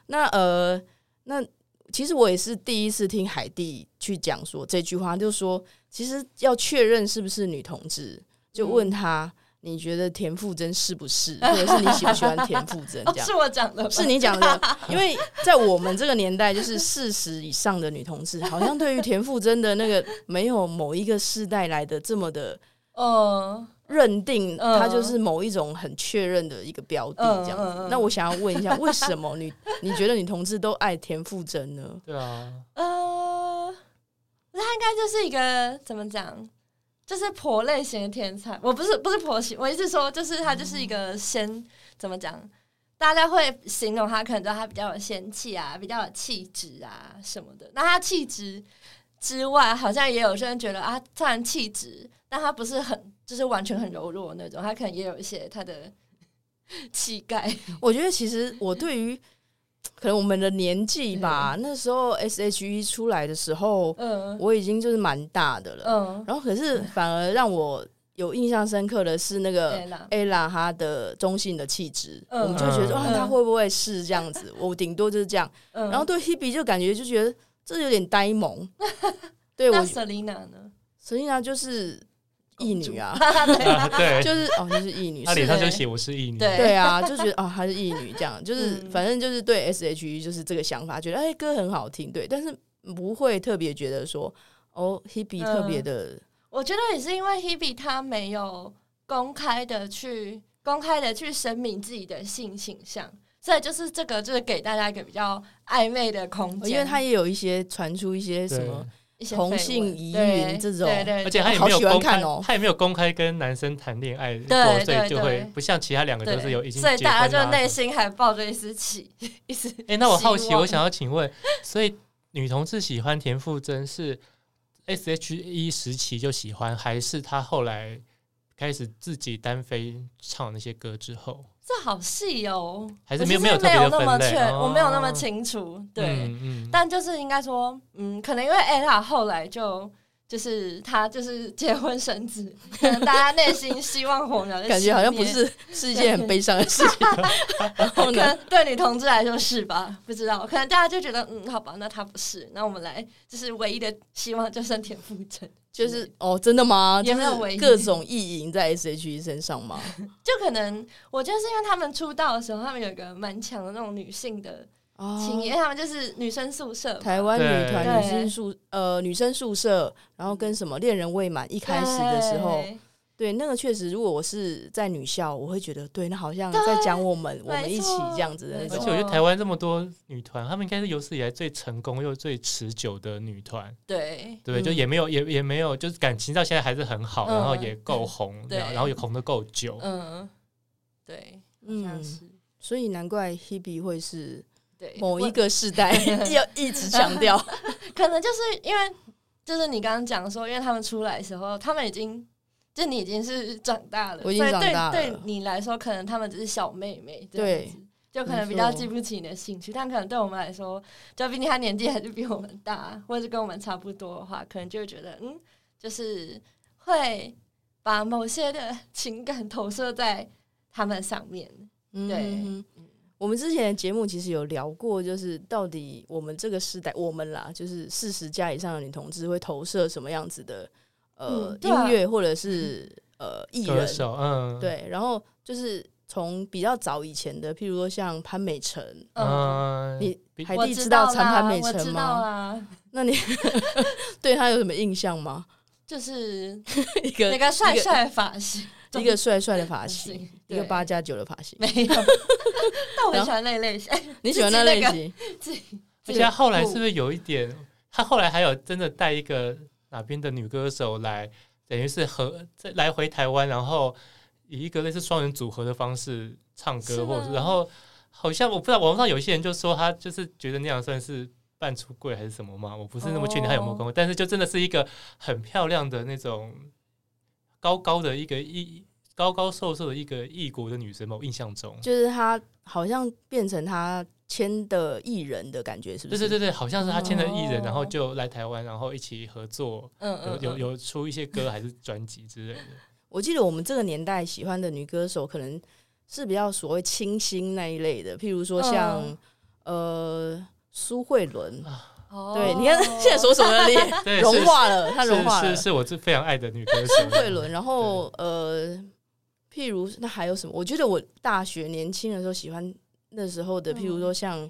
Speaker 1: 那呃，那其实我也是第一次听海蒂去讲说这句话，就是说，其实要确认是不是女同志，就
Speaker 3: 嗯
Speaker 1: 问他、你觉得田馥甄是不是，或者是你喜不喜欢田馥 甄
Speaker 3: 哦，
Speaker 1: 这样
Speaker 3: 是。我讲的吧，
Speaker 1: 是你讲的，因为在我们这个年代，就是四十以上的女同志，好像对于田馥甄的那个没有某一个世代来的这么的
Speaker 3: 哦，
Speaker 1: 认定
Speaker 3: 嗯
Speaker 1: 它就是某一种很确认的一个标的这样子。
Speaker 3: 嗯嗯嗯
Speaker 1: 那我想要问一下，为什么你你觉得女同志都爱田馥甄 呢？
Speaker 2: 对啊，
Speaker 3: 呃，他应该就是一个怎么讲，就是婆类型的天才。我不是不是婆型，我意思说就是他就是一个先怎么讲，大家会形容他，可能知道他比较有仙气啊，比较有气质啊什么的。那他气质之外，好像也有些人觉得啊，虽然气质，但他不是很就是完全很柔弱的那种，他可能也有一些他的气概。
Speaker 1: 我觉得其实我对于可能我们的年纪吧，那时候 S.H.E 出来的时候，
Speaker 3: 嗯
Speaker 1: 我已经就是蛮大的了。
Speaker 3: 嗯，
Speaker 1: 然后可是反而让我有印象深刻的是那个
Speaker 3: 对啦，
Speaker 1: ella 她的中性的气质，
Speaker 3: 嗯
Speaker 1: 我们就觉得哇，
Speaker 3: 嗯
Speaker 1: 她会不会是这样子？我顶多就是这样。
Speaker 3: 嗯，
Speaker 1: 然后对 Hebe 就感觉就觉得这有点呆萌。对
Speaker 3: 那
Speaker 1: 我
Speaker 3: Selina 呢？
Speaker 1: 实际上就是
Speaker 3: 哦
Speaker 1: 异女 啊，
Speaker 2: 啊对，
Speaker 1: 就是哦，就是异女
Speaker 2: 他，
Speaker 1: 是
Speaker 2: 脸上就写我是异女，
Speaker 3: 对
Speaker 1: 对啊，就觉得哦，她是异女这样，就是、
Speaker 3: 嗯
Speaker 1: 反正就是对 S H E 就是这个想法，觉得哎歌很好听，对，但是不会特别觉得说哦 Hebe
Speaker 3: 嗯
Speaker 1: 特别的，
Speaker 3: 我觉得也是因为 Hebe 她没有公开的去公开的去声明自己的性倾向，所以就是这个就是给大家一个比较暧昧的空间，
Speaker 1: 哦因为她也有一些传出一些
Speaker 2: 对
Speaker 1: 什么，
Speaker 3: 一些
Speaker 1: 同
Speaker 3: 绯闻
Speaker 1: 性疑
Speaker 3: 对
Speaker 1: 云这种
Speaker 3: 对对，
Speaker 2: 而且他也
Speaker 1: 好
Speaker 2: 没有
Speaker 1: 喜欢
Speaker 2: 公开
Speaker 1: 看哦，
Speaker 2: 他也没有公开跟男生谈恋爱过，
Speaker 3: 对
Speaker 2: 所以
Speaker 3: 对
Speaker 2: 就会
Speaker 3: 对
Speaker 2: 不像其他两个
Speaker 3: 对
Speaker 2: 都是有已经
Speaker 3: 所以
Speaker 2: 结婚
Speaker 3: 大
Speaker 2: 啊
Speaker 3: 家就内
Speaker 2: 什么
Speaker 3: 心还抱着一丝期，一丝
Speaker 2: 的。哎，那我好奇，
Speaker 3: 希望
Speaker 2: 我想要请问，所以女同志喜欢田馥甄是 S H E 时期就喜欢，还是他后来开始自己单飞唱那些歌之后？
Speaker 3: 这好细哦，
Speaker 2: 还是
Speaker 3: 我
Speaker 2: 没有
Speaker 3: 其实
Speaker 2: 没有特别的
Speaker 3: 那么
Speaker 2: 分类
Speaker 3: 确，我没有那么
Speaker 2: 哦
Speaker 3: 清楚，对。
Speaker 2: 嗯嗯，
Speaker 3: 但就是应该说，嗯，可能因为 Ella 后来就就是她就是结婚生子，可能大家内心希望火苗的
Speaker 1: 感觉好像不
Speaker 3: 熄灭，
Speaker 1: 是是一件很悲伤的事 情。然后
Speaker 3: 可
Speaker 1: 呢，
Speaker 3: 能对女同志来说是吧？不知道，可能大家就觉得，嗯，好吧，那她不是，那我们来就是唯一的希望就生田馥甄，
Speaker 1: 就是哦，真的吗？
Speaker 3: 也
Speaker 1: 就
Speaker 3: 没有唯
Speaker 1: 是
Speaker 3: 一
Speaker 1: 各种意淫在 S.H.E 身上吗？
Speaker 3: 就可能我觉得是因为他们出道的时候，他们有一个蛮强的那种女性的
Speaker 1: 哦
Speaker 3: 情谊，因为他们就是女生宿舍嘛，
Speaker 1: 台湾女团、
Speaker 3: 对
Speaker 1: 女生宿呃女生宿舍，然后跟什么恋人未满一开始的时候，
Speaker 3: 对
Speaker 1: 对那个确实，如果我是在女校，我会觉得对，那好像在讲我们，我们一起这样子的那
Speaker 3: 没
Speaker 2: 而
Speaker 1: 种
Speaker 3: 错。
Speaker 2: 且我觉得台湾这么多女团，她们应该是有史以来最成功又最持久的女团，
Speaker 3: 对
Speaker 2: 对不对？
Speaker 1: 嗯
Speaker 2: 就也没有也也没有，就是感情到现在还是很好，
Speaker 3: 嗯
Speaker 2: 然后也够 红，
Speaker 3: 对
Speaker 2: 这样然后也红的够久。
Speaker 3: 嗯，对，好像
Speaker 1: 嗯，
Speaker 3: 是。
Speaker 1: 所以难怪 Hebe 会是
Speaker 3: 对，
Speaker 1: 某一
Speaker 3: 我
Speaker 1: 个世代 要一直强 调，
Speaker 3: 可能就是因为，就是你刚刚讲说，因为他们出来的时候，他们已经就你已经是长大了，
Speaker 1: 我已经
Speaker 3: 所以
Speaker 1: 长大
Speaker 3: 对
Speaker 1: 了
Speaker 3: 对你来说，可能他们只是小妹妹，
Speaker 1: 对，
Speaker 3: 就可能比较激不起你的兴趣。但可能对我们来说，就毕竟他年纪还是比我们大，或者是跟我们差不多的话，可能就会觉得，嗯，就是会把某些的情感投射在他们上面。
Speaker 1: 嗯我们之前的节目其实有聊过，就是到底我们这个时代，我们啦，就是四十加以上的女同志会投射什么样子的呃、
Speaker 3: 嗯对啊
Speaker 1: 音乐或者是呃艺
Speaker 2: 歌
Speaker 1: 人，
Speaker 2: 手，嗯，，
Speaker 1: 对，然后就是从比较早以前的，譬如说像潘美辰，
Speaker 3: 嗯，
Speaker 2: 嗯，
Speaker 1: 你
Speaker 2: 比
Speaker 1: 海
Speaker 3: 我
Speaker 1: 蒂
Speaker 3: 知
Speaker 1: 知道
Speaker 3: 啦
Speaker 1: 残潘美
Speaker 3: 我
Speaker 1: 辰
Speaker 3: 知道
Speaker 1: 吗？
Speaker 3: 啊，
Speaker 1: 那 你对他有什么印象吗？
Speaker 3: 就是
Speaker 1: 一个
Speaker 3: 那个帅
Speaker 1: 一个
Speaker 3: 帅的发型，
Speaker 1: 一个帅帅的发
Speaker 3: 中
Speaker 1: 型
Speaker 3: 性，
Speaker 1: 一个
Speaker 3: 对
Speaker 1: 八加九的发型，
Speaker 3: 没 有。但我很喜欢那一类型，
Speaker 1: 你喜欢
Speaker 3: 自
Speaker 1: 那
Speaker 3: 己
Speaker 1: 类
Speaker 3: 那个
Speaker 1: 型？
Speaker 3: 自己
Speaker 2: 而且她后
Speaker 3: 哦
Speaker 2: 来是不是有一点？她后来还有真的带一个哪边的女歌手来，等于是和再来回台湾，然后以一个类似双人组合的方式唱
Speaker 3: 是
Speaker 2: 歌，
Speaker 3: 吗
Speaker 2: 或者是然后好像我不知道网络上有一些人就说她就是觉得那样算是半出柜还是什么嘛，我不是那么确定她有没有公开，但是就真的是一个很漂亮的那种高高的一个一。高高瘦瘦的一个异国的女生嘛，我印象中，
Speaker 3: 哦
Speaker 1: 就是他好像变成他签的艺人的感觉，是不
Speaker 2: 对
Speaker 1: 是？
Speaker 2: 对对对，好像是她签了艺人，
Speaker 3: 哦
Speaker 2: 然后就来台湾，然后一起合作，
Speaker 3: 嗯
Speaker 2: 有
Speaker 3: 嗯
Speaker 2: 有
Speaker 3: 嗯
Speaker 2: 有出一些歌还是专辑之类的。
Speaker 1: 我记得我们这个年代喜欢的女歌手，可能是比较所谓清新那一类的，譬如说像、呃苏慧伦，
Speaker 3: 嗯哦
Speaker 1: 对，你看现在说什么了？你
Speaker 2: 对，
Speaker 1: 融
Speaker 2: 是
Speaker 1: 化了，她
Speaker 2: 是
Speaker 1: 融化了
Speaker 2: 是是我最非常爱的女歌手
Speaker 1: 苏慧伦，然后呃，譬如那还有什么？我觉得我大学年轻的时候喜欢那时候的，譬如
Speaker 2: 嗯
Speaker 1: 说像。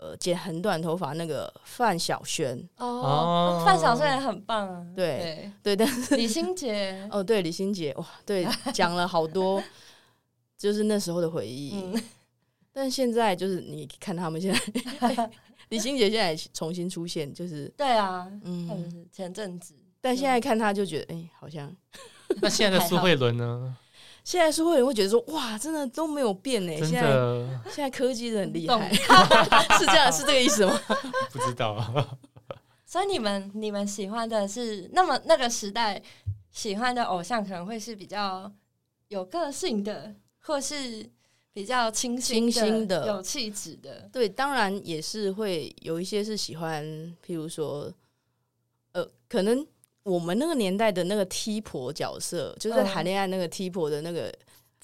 Speaker 1: 呃，剪很短头发那个范晓萱，
Speaker 3: 哦
Speaker 2: 哦，
Speaker 3: 范晓萱也很棒啊，
Speaker 1: 对对，但
Speaker 3: 对，李心洁，
Speaker 1: 哦，对，李心洁，哇，对， 讲了好多，就是那时候的回忆。
Speaker 3: 嗯，
Speaker 1: 但现在就是你看他们现在，李心洁现在重新出现，就是
Speaker 3: 对啊，
Speaker 1: 嗯，
Speaker 3: 嗯，前阵子
Speaker 1: 但现在看他就觉得，哎、好像
Speaker 2: 那现在的苏慧伦呢？
Speaker 1: 现在是会有人会觉得说，哇，真的都没有变呢。
Speaker 2: 真
Speaker 1: 现在
Speaker 2: 的
Speaker 1: 现在科技真的很厉
Speaker 3: 懂
Speaker 1: 害， 是这样，是这个意思吗？
Speaker 2: 不知道。
Speaker 3: 所以你们你们喜欢的是那么那个时代喜欢的偶像，可能会是比较有个性的，或是比较清新
Speaker 1: 清新的
Speaker 3: 有气质的。
Speaker 1: 对，当然也是会有一些是喜欢，譬如说，呃，可能我们那个年代的那个踢婆角色，就是在
Speaker 3: 嗯
Speaker 1: 谈恋爱那个踢婆的那个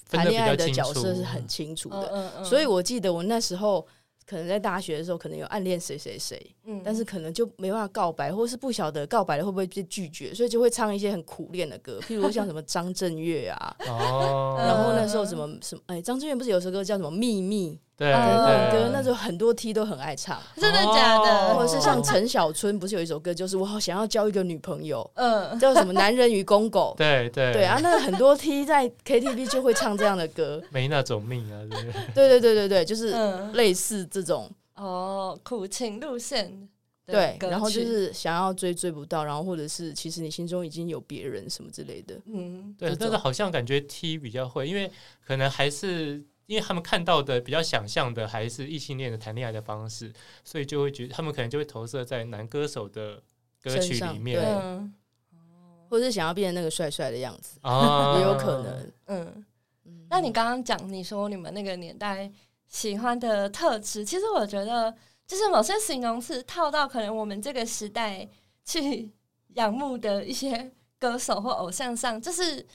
Speaker 2: 分
Speaker 1: 谈
Speaker 2: 得
Speaker 1: 恋爱的
Speaker 2: 比较
Speaker 1: 角
Speaker 2: 清楚
Speaker 1: 色是很清楚
Speaker 3: 嗯
Speaker 1: 的。
Speaker 3: 嗯嗯，
Speaker 1: 所以我记得我那时候可能在大学的时候，可能有暗恋谁谁谁，
Speaker 3: 嗯
Speaker 1: 但是可能就没办法告白，或是不晓得告白了会不会被拒绝，所以就会唱一些很苦恋的歌，譬如像什么张震岳啊。
Speaker 2: 哦，
Speaker 1: 然后那
Speaker 3: 嗯嗯
Speaker 1: 时候什么什么，哎，张震岳不是有首歌叫什么《秘密
Speaker 2: 对》
Speaker 1: 那
Speaker 2: 对”。
Speaker 1: 哦首歌，那时候很多 T 都很爱唱。
Speaker 3: 真的假的？
Speaker 1: 或者是像陈小春，不是有一首歌，就是我好想要交一个女朋友，
Speaker 3: 嗯，
Speaker 1: 叫什么“男人与公狗
Speaker 2: 对对
Speaker 1: 对啊，，那很多 T 在 KTV 就会唱这样的歌。
Speaker 2: 没那种命 啊，对不对
Speaker 1: 对对对对对，就是
Speaker 3: 嗯
Speaker 1: 类似这种
Speaker 3: 哦，苦情路线的
Speaker 1: 对，
Speaker 3: 歌曲
Speaker 1: 然后就是想要追追不到，然后或者是其实你心中已经有别人什么之类的。
Speaker 3: 嗯，
Speaker 2: 对，
Speaker 1: 这种
Speaker 2: 但是好像感觉 T 比较会，因为可能还是。因为他们看到的比较想象的还是异性恋的谈恋爱的方式，所以就会觉得他们可能就会投射在男歌手的歌曲里面
Speaker 3: 嗯
Speaker 1: 或者是想要变成那个帅帅的样子，
Speaker 2: 啊
Speaker 1: 也有可。能。
Speaker 3: 嗯。那你刚刚讲，你说你们那个年代喜欢的特质，其实我觉得就是某些形容词套到可能我们这个时代去 仰慕的一些歌手或偶像上，就是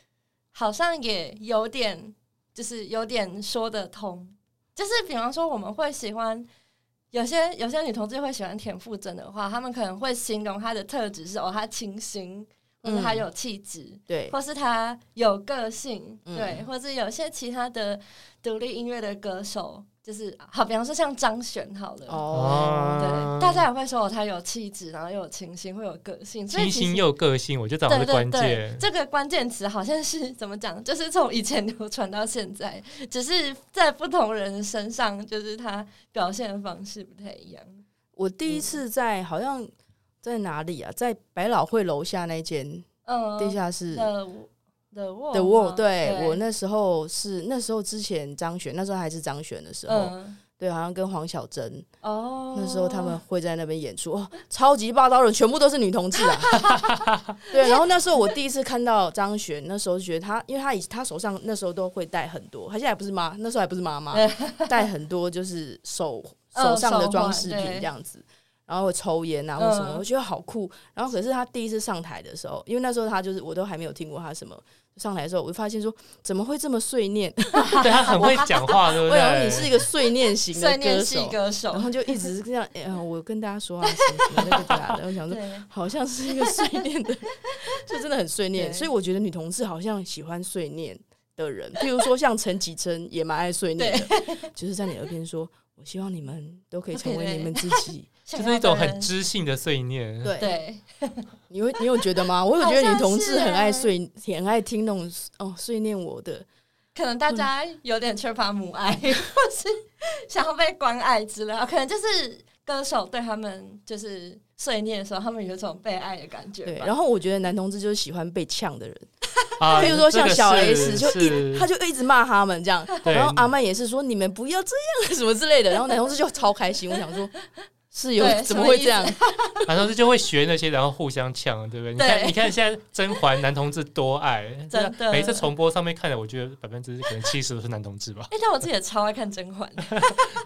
Speaker 3: 好像也有点，就是有点说得通。就是比方说，我们会喜欢有些有些女同志会喜欢田馥甄的话，她们可能会形容她的特质是哦，她清新，或者她
Speaker 1: 嗯
Speaker 3: 有气质。
Speaker 1: 对，
Speaker 3: 或是他有个性，
Speaker 1: 嗯
Speaker 3: 对，或是有些其他的独立音乐的歌手，就是好，比方说像张悬好了，
Speaker 1: 哦，
Speaker 3: 对，大家也会说哦，他有气质，然后又有清新，会有个 性，所以
Speaker 2: 清
Speaker 3: 其
Speaker 2: 新
Speaker 3: 实
Speaker 2: 又个性，我觉得这好像是
Speaker 3: 对对
Speaker 2: 关
Speaker 3: 对
Speaker 2: 键，。
Speaker 3: 这个关键词好像是怎么讲，就是从以前流传到现在，只是在不同人身上，就是他表现的方式不太一样。
Speaker 1: 我第
Speaker 3: 嗯
Speaker 1: 一次在好像在哪里啊，在百老汇楼下那间
Speaker 3: 嗯，
Speaker 1: 地下室。
Speaker 3: 的的沃
Speaker 1: The Wall，对
Speaker 3: 对
Speaker 1: 我那时候是那时候之前张悬，那时候还是张悬的时候，
Speaker 3: 嗯
Speaker 1: 对，好像跟黄晓珍
Speaker 3: 哦，
Speaker 1: 那时候他们会在那边演出，哦，超级霸道的，全部都是女同志啊。 对，然后那时候我第一次看到张悬，那时候就觉得他，因为他以他手上那时候都会戴很多，他现在还不是妈，那时候还不是妈妈，戴很多就是手
Speaker 3: 嗯
Speaker 1: 手上的
Speaker 3: 手
Speaker 1: 装
Speaker 3: 环
Speaker 1: 饰品
Speaker 3: 对
Speaker 1: 这样子。然后抽烟啊，或什么，
Speaker 3: 嗯
Speaker 1: 我觉得好酷。然后可是他第一次上台的时候，因为那时候他就是我都还没有听过他什么，上台的时候我就发现说怎么会这么碎念？
Speaker 2: 对他很会讲话，对不
Speaker 1: 我想你是
Speaker 2: 对？
Speaker 1: 一个碎念型的
Speaker 3: 碎念
Speaker 1: 歌
Speaker 3: 系
Speaker 1: 手，
Speaker 3: 歌手
Speaker 1: 然，后就一直是这样，哎、呀，我跟大家说啊，什么什么那个假的，我啊想说
Speaker 3: 对。
Speaker 1: 好像是一个碎念的， 就真的很碎念，
Speaker 3: 对
Speaker 1: 所以我觉得女同志好像喜欢碎念的人，譬如说像陈绮贞也蛮爱碎念的，就是在你耳边说，我希望你们都可以成为你们自己。
Speaker 2: 就是一种很知性的碎念。
Speaker 1: 对，
Speaker 3: 对，
Speaker 1: 你会你有觉得吗？我有觉得女同志很爱
Speaker 3: 好像是
Speaker 1: 碎，很爱听那种哦碎念我的，
Speaker 3: 可能大家有点缺乏母爱， 或是想要被关爱之类的，可能就是歌手对他们就是碎念的时候，他们有一种被爱的感觉
Speaker 1: 对。
Speaker 3: 吧。
Speaker 1: 然后我觉得男同志就是喜欢被呛的人，
Speaker 2: 啊，
Speaker 1: 譬如说像小
Speaker 2: 这个是
Speaker 1: S 就一
Speaker 2: 是
Speaker 1: 他就一直骂他们这样，
Speaker 2: 对
Speaker 1: 然后啊阿曼也是说你们不要这样啊什么之类的，然后男同事就超开心，我想说。是有
Speaker 3: 对
Speaker 1: 怎么会这样？
Speaker 2: 男同志就会学那些，然后互相呛，对不对？你
Speaker 3: 对
Speaker 2: 看，你看现在甄嬛男同志多爱，啊
Speaker 3: 真的
Speaker 2: 每次重播上面看的，我觉得百分之可能七十都是男同志吧。
Speaker 3: 哎、但我自己也超爱看《甄嬛》，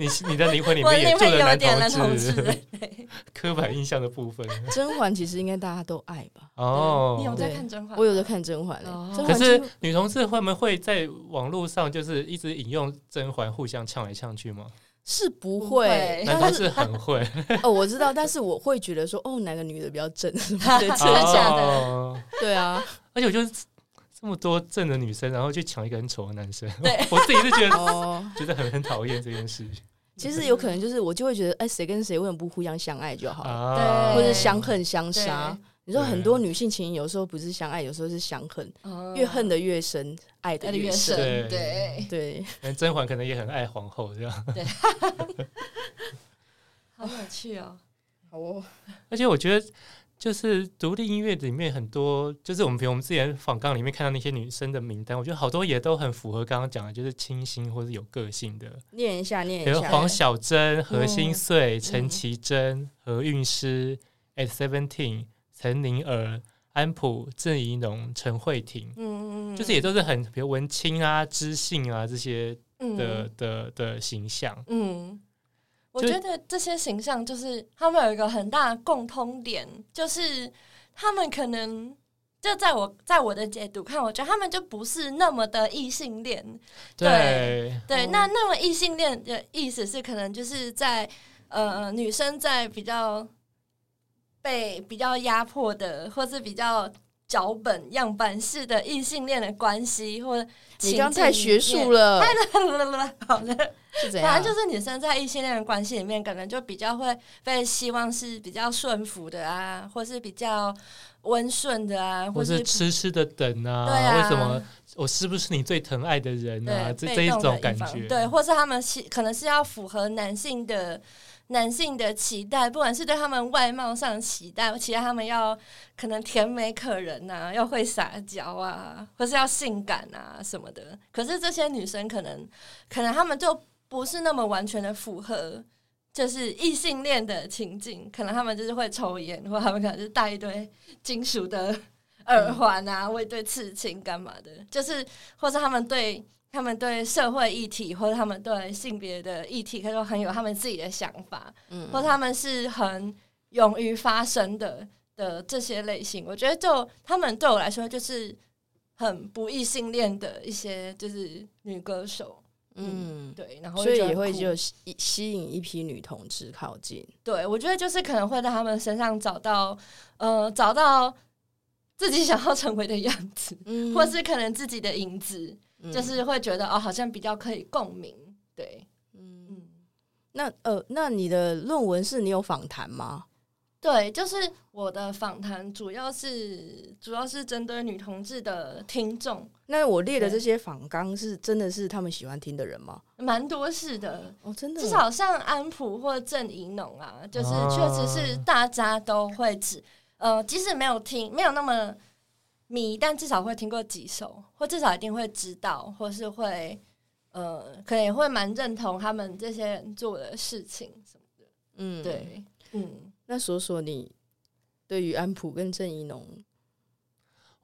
Speaker 2: 你 你的灵魂里
Speaker 3: 我
Speaker 2: 面
Speaker 3: 里
Speaker 2: 也住
Speaker 3: 面
Speaker 2: 了
Speaker 3: 有一点男
Speaker 2: 男
Speaker 3: 同志。
Speaker 2: 志，
Speaker 3: 对
Speaker 2: 刻板印象的部分。
Speaker 1: 甄嬛其实应该大家都爱 吧？
Speaker 2: 哦，
Speaker 3: 你有在
Speaker 1: 对
Speaker 3: 看《甄嬛》？
Speaker 1: 我有在。看甄嬛、欸
Speaker 3: 哦，
Speaker 1: 甄
Speaker 2: 可
Speaker 1: 嬛几
Speaker 2: 是
Speaker 1: 乎
Speaker 2: 女同志会不会在网络上就是一直引用甄嬛互相呛来呛去吗？
Speaker 1: 是不
Speaker 3: 不会
Speaker 1: 会，
Speaker 2: 男
Speaker 1: 但
Speaker 2: 同
Speaker 1: 是
Speaker 2: 志很会，
Speaker 1: 哦，我知道，但是我会觉得说，哦，哪个女的比较正什么的
Speaker 3: 真的假的
Speaker 2: 哦
Speaker 1: 对啊，
Speaker 2: 而且我就是这么多正的女生，然后去抢一个很丑的男生，
Speaker 3: 对
Speaker 2: 我自己是觉得
Speaker 1: 哦，
Speaker 2: 觉得很很讨厌这件事
Speaker 1: 其实有可能就是我就会觉得，哎、谁跟谁为什么不互相相爱就好了，
Speaker 2: 啊，
Speaker 1: 或者相恨相
Speaker 3: 对
Speaker 1: 杀？你知道很多女性情谊有时候不是相爱，有时候是相恨，
Speaker 3: 嗯
Speaker 1: 越恨的越深，爱
Speaker 3: 爱
Speaker 1: 的
Speaker 3: 的越
Speaker 1: 深。
Speaker 2: 对
Speaker 3: 深，对。
Speaker 1: 对，
Speaker 2: 嗯甄嬛可能也很爱皇后这样，
Speaker 3: 好有趣哦！
Speaker 1: 好哦，
Speaker 2: 而且我觉得。就是独立音乐里面很多，就是我们比如我们之前访纲里面看到那些女生的名单，我觉得好多也都很符合刚刚讲的，就是清新或是有个性的，
Speaker 1: 念一下，念
Speaker 2: 比
Speaker 1: 一
Speaker 2: 如
Speaker 1: 下。
Speaker 2: 黄小珍、
Speaker 3: 嗯
Speaker 2: 何心碎、陈绮贞、何韵诗、At Seventeen、岑宁儿、安普、郑怡农、陈慧婷，
Speaker 3: 嗯，
Speaker 2: 就是也都是很比如文青啊、知性啊这些的、
Speaker 3: 嗯
Speaker 2: 的的形象。
Speaker 3: 嗯，我
Speaker 2: 就
Speaker 3: 觉得这些形象就是他们有一个很大的共通点，就是他们可能就在我在我的解读看，我觉得他们就不是那么的异性恋，对
Speaker 2: 对，
Speaker 3: 对，
Speaker 1: 哦
Speaker 3: 那那么异性恋的意思是，可能就是在呃，女生在比较被比较压迫的，或是比较脚本样板式的异性恋的关系，或者
Speaker 1: 你刚刚太学术。 了，
Speaker 3: 好了，
Speaker 1: 是怎
Speaker 3: 反
Speaker 1: 样？
Speaker 3: 正就是女生在异性恋的关系里面，可能就比较会被希望是比较顺服的啊，或是比较温顺的啊，
Speaker 2: 或
Speaker 3: 或
Speaker 2: 是吃吃的等啊，
Speaker 3: 对啊
Speaker 2: 为什么我是不是你最疼爱的人啊？这
Speaker 3: 对
Speaker 2: 这一
Speaker 3: 被动
Speaker 2: 种
Speaker 3: 的
Speaker 2: 感
Speaker 3: 方
Speaker 2: 觉，
Speaker 3: 对，或是他们是可能是要符合男性的男性的期待，不管是对他们外貌上的期待，期待他们要可能甜美可人呐、要会撒娇啊，或是要性感啊什么的。可是这些女生可能可能他们就不是那么完全的符合就是异性恋的情境，可能他们就是会抽烟，或他们可能就是戴一堆金属的耳环啊，或一堆刺青干嘛的，就是或者他们对他们对社会议题或者他们对性别的议题，他都很有他们自己的想法，
Speaker 1: 嗯
Speaker 3: 或者他们是很勇于发声的的这些类型，我觉得就他们对我来说就是很不异性恋的一些就是女歌手，
Speaker 1: 嗯，
Speaker 3: 对，然后
Speaker 1: 所以
Speaker 3: 就觉得
Speaker 1: 也会
Speaker 3: 酷
Speaker 1: 就吸吸引一批女同志靠近。
Speaker 3: 对我觉得就是可能会在他们身上找到呃找到自己想要成为的样子，
Speaker 1: 嗯
Speaker 3: 或是可能自己的影子，
Speaker 1: 嗯
Speaker 3: 就是会觉得哦好像比较可以共鸣，对，
Speaker 1: 嗯，
Speaker 3: 嗯。
Speaker 1: 那呃，那你的论文是你有访谈吗？
Speaker 3: 对，就是我的访谈主要是主要是针对女同志的听众，
Speaker 1: 那我列的
Speaker 3: 对
Speaker 1: 这些访纲是真的是他们喜欢听的人吗？
Speaker 3: 蛮多事的。
Speaker 1: 哦，真的，
Speaker 3: 至少像安普或郑怡农啊，就是
Speaker 2: 啊
Speaker 3: 确实是大家都会只呃，即使没有听，没有那么迷，但至少会听过几首，或至少一定会知道，或是会呃，可能也会蛮认同他们这些人做的事情什么。
Speaker 1: 嗯，。
Speaker 3: 对，嗯，
Speaker 1: 那说说你对于安普跟郑怡农，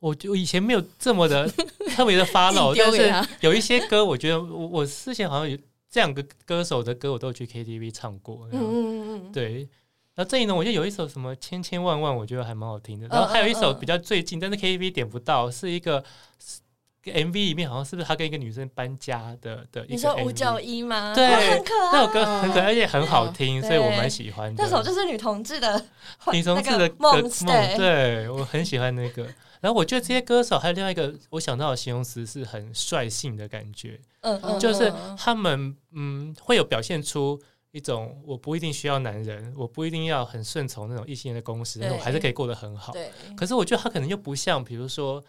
Speaker 2: 我就以前没有这么的 特别的发
Speaker 1: 硬
Speaker 2: 牢，
Speaker 1: 丢
Speaker 2: 但
Speaker 1: 给
Speaker 2: 是
Speaker 1: 他
Speaker 2: 有一些歌，我觉得我我之前好像有这两个歌手的歌，我都有去 KTV 唱过。
Speaker 3: 嗯嗯嗯嗯，
Speaker 2: 对。然后郑怡农，我记得有一首什么《千千万万》，我觉得还蛮好听的。然后还有一首
Speaker 3: 嗯嗯嗯
Speaker 2: 比较最近，但是 KTV 点不到，是一个是 MV 里面好像是不是他跟一个女生搬家的的一
Speaker 3: 你
Speaker 2: 个
Speaker 3: 说五
Speaker 2: MV
Speaker 3: 九一吗？
Speaker 2: 对
Speaker 3: 哇很可爱。
Speaker 2: 那首歌很可爱，而且很好听，
Speaker 3: 嗯
Speaker 2: 所以我蛮喜欢的。
Speaker 3: 那首就是女同志 的
Speaker 2: 林松志的
Speaker 3: 那
Speaker 2: 的
Speaker 3: 个梦
Speaker 2: 梦，，对我很喜欢那个。然后我觉得这些歌手还有另外一个我想到的形容词是很率性的感觉，
Speaker 3: 嗯嗯，
Speaker 2: 就是
Speaker 3: 嗯
Speaker 2: 他们嗯会有表现出一种我不一定需要男人，我不一定要很顺从那种异性恋的公式，
Speaker 3: 对
Speaker 2: 我还是可以过得很好。
Speaker 3: 对，
Speaker 2: 可是我觉得他可能又不像，比如说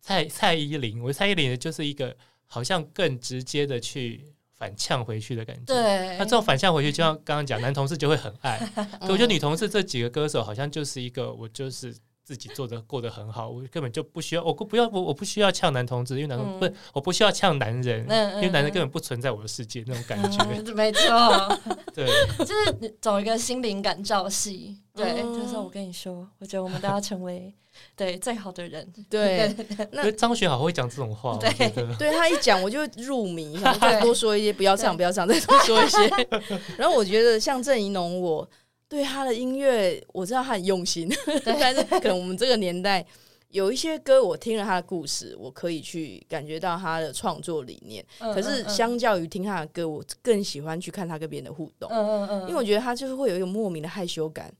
Speaker 2: 蔡蔡依林，我觉得蔡依林就是一个好像更直接的去反呛回去的感觉。
Speaker 3: 对，
Speaker 2: 那这种反向回去，就像刚刚讲，男同事就会很 爱。可我觉得女同事这几个歌手好像就是一个，我就是自己做的过得很好，我根本就不需要，我不不要我我不需要呛男同志，因为男同、
Speaker 3: 嗯
Speaker 2: 不我不需要呛男人，
Speaker 3: 嗯
Speaker 2: 因为男人根本不存在我的世界那种感觉。
Speaker 3: 嗯 没错，
Speaker 2: 对，
Speaker 3: 就是走一个心灵感召系。对，
Speaker 1: 嗯
Speaker 3: 就是我跟你说，我觉得我们都要成 为对最好的人。
Speaker 1: 嗯对，那
Speaker 2: 因为张学好会讲这种话，我
Speaker 3: 对
Speaker 2: 觉 得。
Speaker 1: 对他一讲我就入迷，想再
Speaker 3: 对
Speaker 1: 多说一些，不要唱，
Speaker 3: 对
Speaker 1: 不要唱，再多说一些。 然后我觉得像郑怡农，我对他的音乐我知道他很用心， 但是可能我们这个年代有一些歌，我听了他的故事，我可以去感觉到他的创作理念。
Speaker 3: 嗯
Speaker 1: 可是
Speaker 3: 嗯
Speaker 1: 相较于听他的歌，我更喜欢去看他跟别人的互动。
Speaker 3: 嗯嗯嗯，
Speaker 1: 因为我觉得他就是会有一种莫名的害羞 感，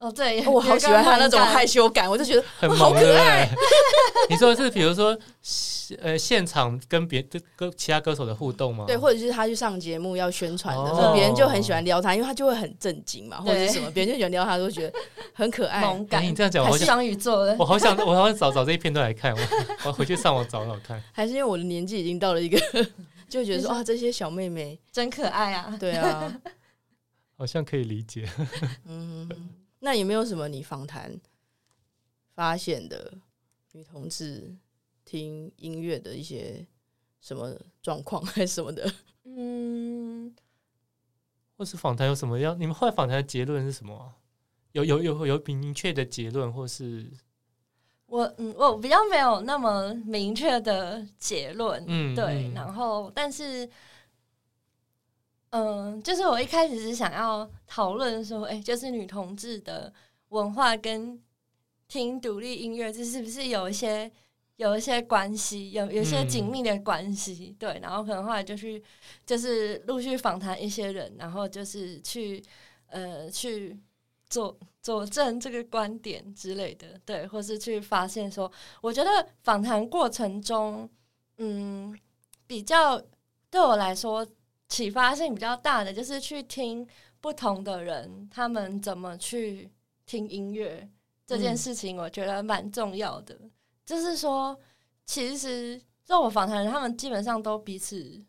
Speaker 3: 哦对，
Speaker 1: 哦我好喜欢他那种害
Speaker 3: 羞。
Speaker 1: 羞感，我就觉得
Speaker 2: 很
Speaker 1: 哇
Speaker 2: 萌，
Speaker 1: 好
Speaker 2: 对不
Speaker 1: 可
Speaker 2: 对？ 你说的是，比如说，呃，现场跟别的歌其他歌手的互动吗？
Speaker 1: 对，或者是他去上节目要宣传的时
Speaker 2: 哦
Speaker 1: 候，别人就很喜欢撩他，因为他就会很震惊嘛，或者
Speaker 3: 对
Speaker 1: 是什么，别人就喜欢撩他，都觉得很可爱。
Speaker 3: 萌
Speaker 2: 哎、
Speaker 3: 感，
Speaker 2: 你这样讲，我
Speaker 3: 还
Speaker 2: 好
Speaker 3: 是
Speaker 2: 想，
Speaker 3: 双鱼座的
Speaker 2: 我，好想，我好想找找这一片段来看，我哦我要回去上网找找看。
Speaker 1: 还是因为我的年纪已经到了一个， 就觉得说
Speaker 3: 就是
Speaker 1: 啊，这些小妹妹，
Speaker 3: 真可爱啊！
Speaker 1: 对啊，
Speaker 2: 好像可以理解。
Speaker 1: 嗯，那有没有什么你访谈发现的女同志听音乐的一些什么状况还是什么的？
Speaker 3: 嗯，
Speaker 2: 或是访谈有什么要？你们后来访谈的结论是什么啊、有有有有明确的结论，或是
Speaker 3: 我嗯，我比较没有那么明确的结论，
Speaker 2: 嗯
Speaker 3: 对
Speaker 2: 嗯。
Speaker 3: 然后，但是，嗯，就是我一开始是想要讨论说，哎、就是女同志的文化跟听独立音乐，这是不是有一些有一些关系，有有一些
Speaker 2: 嗯
Speaker 3: 紧密的关系？对。然后可能后来就去，就是陆续访谈一些人，然后就是去呃去做佐证这个观点之类的，对，或是去发现说，我觉得访谈过程中，嗯，比较对我来说启发性比较大的，就是去听不同的人他们怎么去听音乐这件事情，我觉得蛮重要的。就是说，其实让我访谈的人，他们基本上都彼此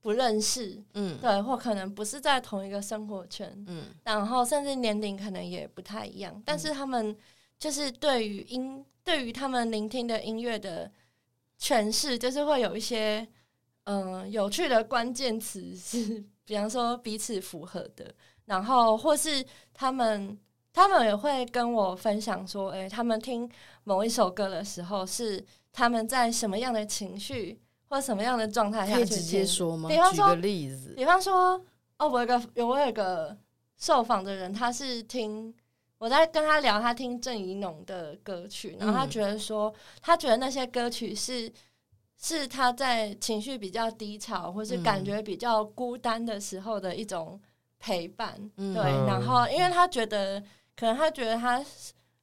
Speaker 3: 不认识，
Speaker 1: 嗯
Speaker 3: 对，或可能不是在同一个生活圈，
Speaker 1: 嗯
Speaker 3: 然后甚至年龄可能也不太一样，但是他们就是对于音，对于他们聆听的音乐的诠释，就是会有一些嗯、有趣的关键词是，比方说彼此符合的，然后或是他们他们也会跟我分享说，诶、他们听某一首歌的时候是他们在什么样的情绪或什么样的状态下
Speaker 1: 可以
Speaker 3: 去
Speaker 1: 直接
Speaker 3: 听
Speaker 1: 说吗？
Speaker 3: 比方
Speaker 1: 举个
Speaker 3: 说
Speaker 1: 例子，
Speaker 3: 比方说，哦，我有个有我有个受访的人，他是听我在跟他聊，他听郑怡农的歌曲，然后他
Speaker 1: 嗯
Speaker 3: 觉得说，他觉得那些歌曲是是他在情绪比较低潮，或是感
Speaker 1: 嗯
Speaker 3: 觉比较孤单的时候的一种陪伴。
Speaker 1: 嗯
Speaker 3: 对，
Speaker 2: 嗯
Speaker 3: 然后因为他觉得，可能他觉得他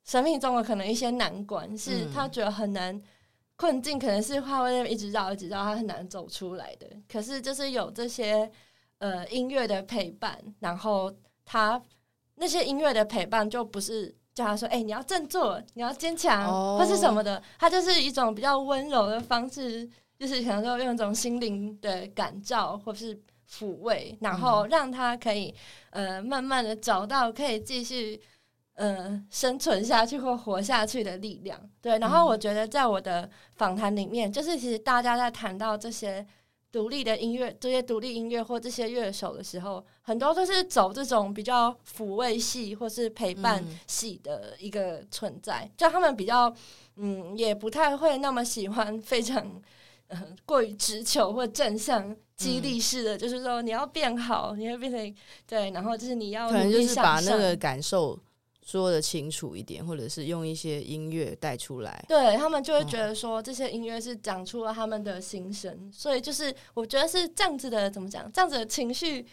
Speaker 3: 生命中的可能一些难关，是
Speaker 1: 嗯
Speaker 3: 他觉得很难。困境可能是他会一直绕，一直绕，他很难走出来的。可是就是有这些呃音乐的陪伴，然后他那些音乐的陪伴就不是叫他说，哎、你要振作，你要坚强，
Speaker 1: 哦
Speaker 3: 或是什么的，他就是一种比较温柔的方式，就是可能说用一种心灵的感召或是抚慰，然后让他可以呃慢慢的找到可以继续。呃，生存下去或活下去的力量，对。然后我觉得，在我的访谈里面，就是其实大家在谈到这些独立的音乐，这些独立音乐或这些乐手的时候，很多都是走这种比较抚慰系或是陪伴
Speaker 1: 嗯
Speaker 3: 系的一个存在，就他们比较嗯，也不太会那么喜欢 非常。呃， 过于直球或正向激
Speaker 1: 嗯
Speaker 3: 励式的，就是说你要变好，你会变成对，然后就是你要
Speaker 1: 可能就
Speaker 3: 哦努力
Speaker 1: 是
Speaker 3: 向
Speaker 1: 把那
Speaker 3: 上
Speaker 1: 个感受说的清楚一点，或者是用一些音乐带出来。
Speaker 3: 对他们就会
Speaker 1: 嗯
Speaker 3: 觉得说这些音乐是讲出了他们的心声，所以就是我觉得是这样子的，怎么讲？这样子的情绪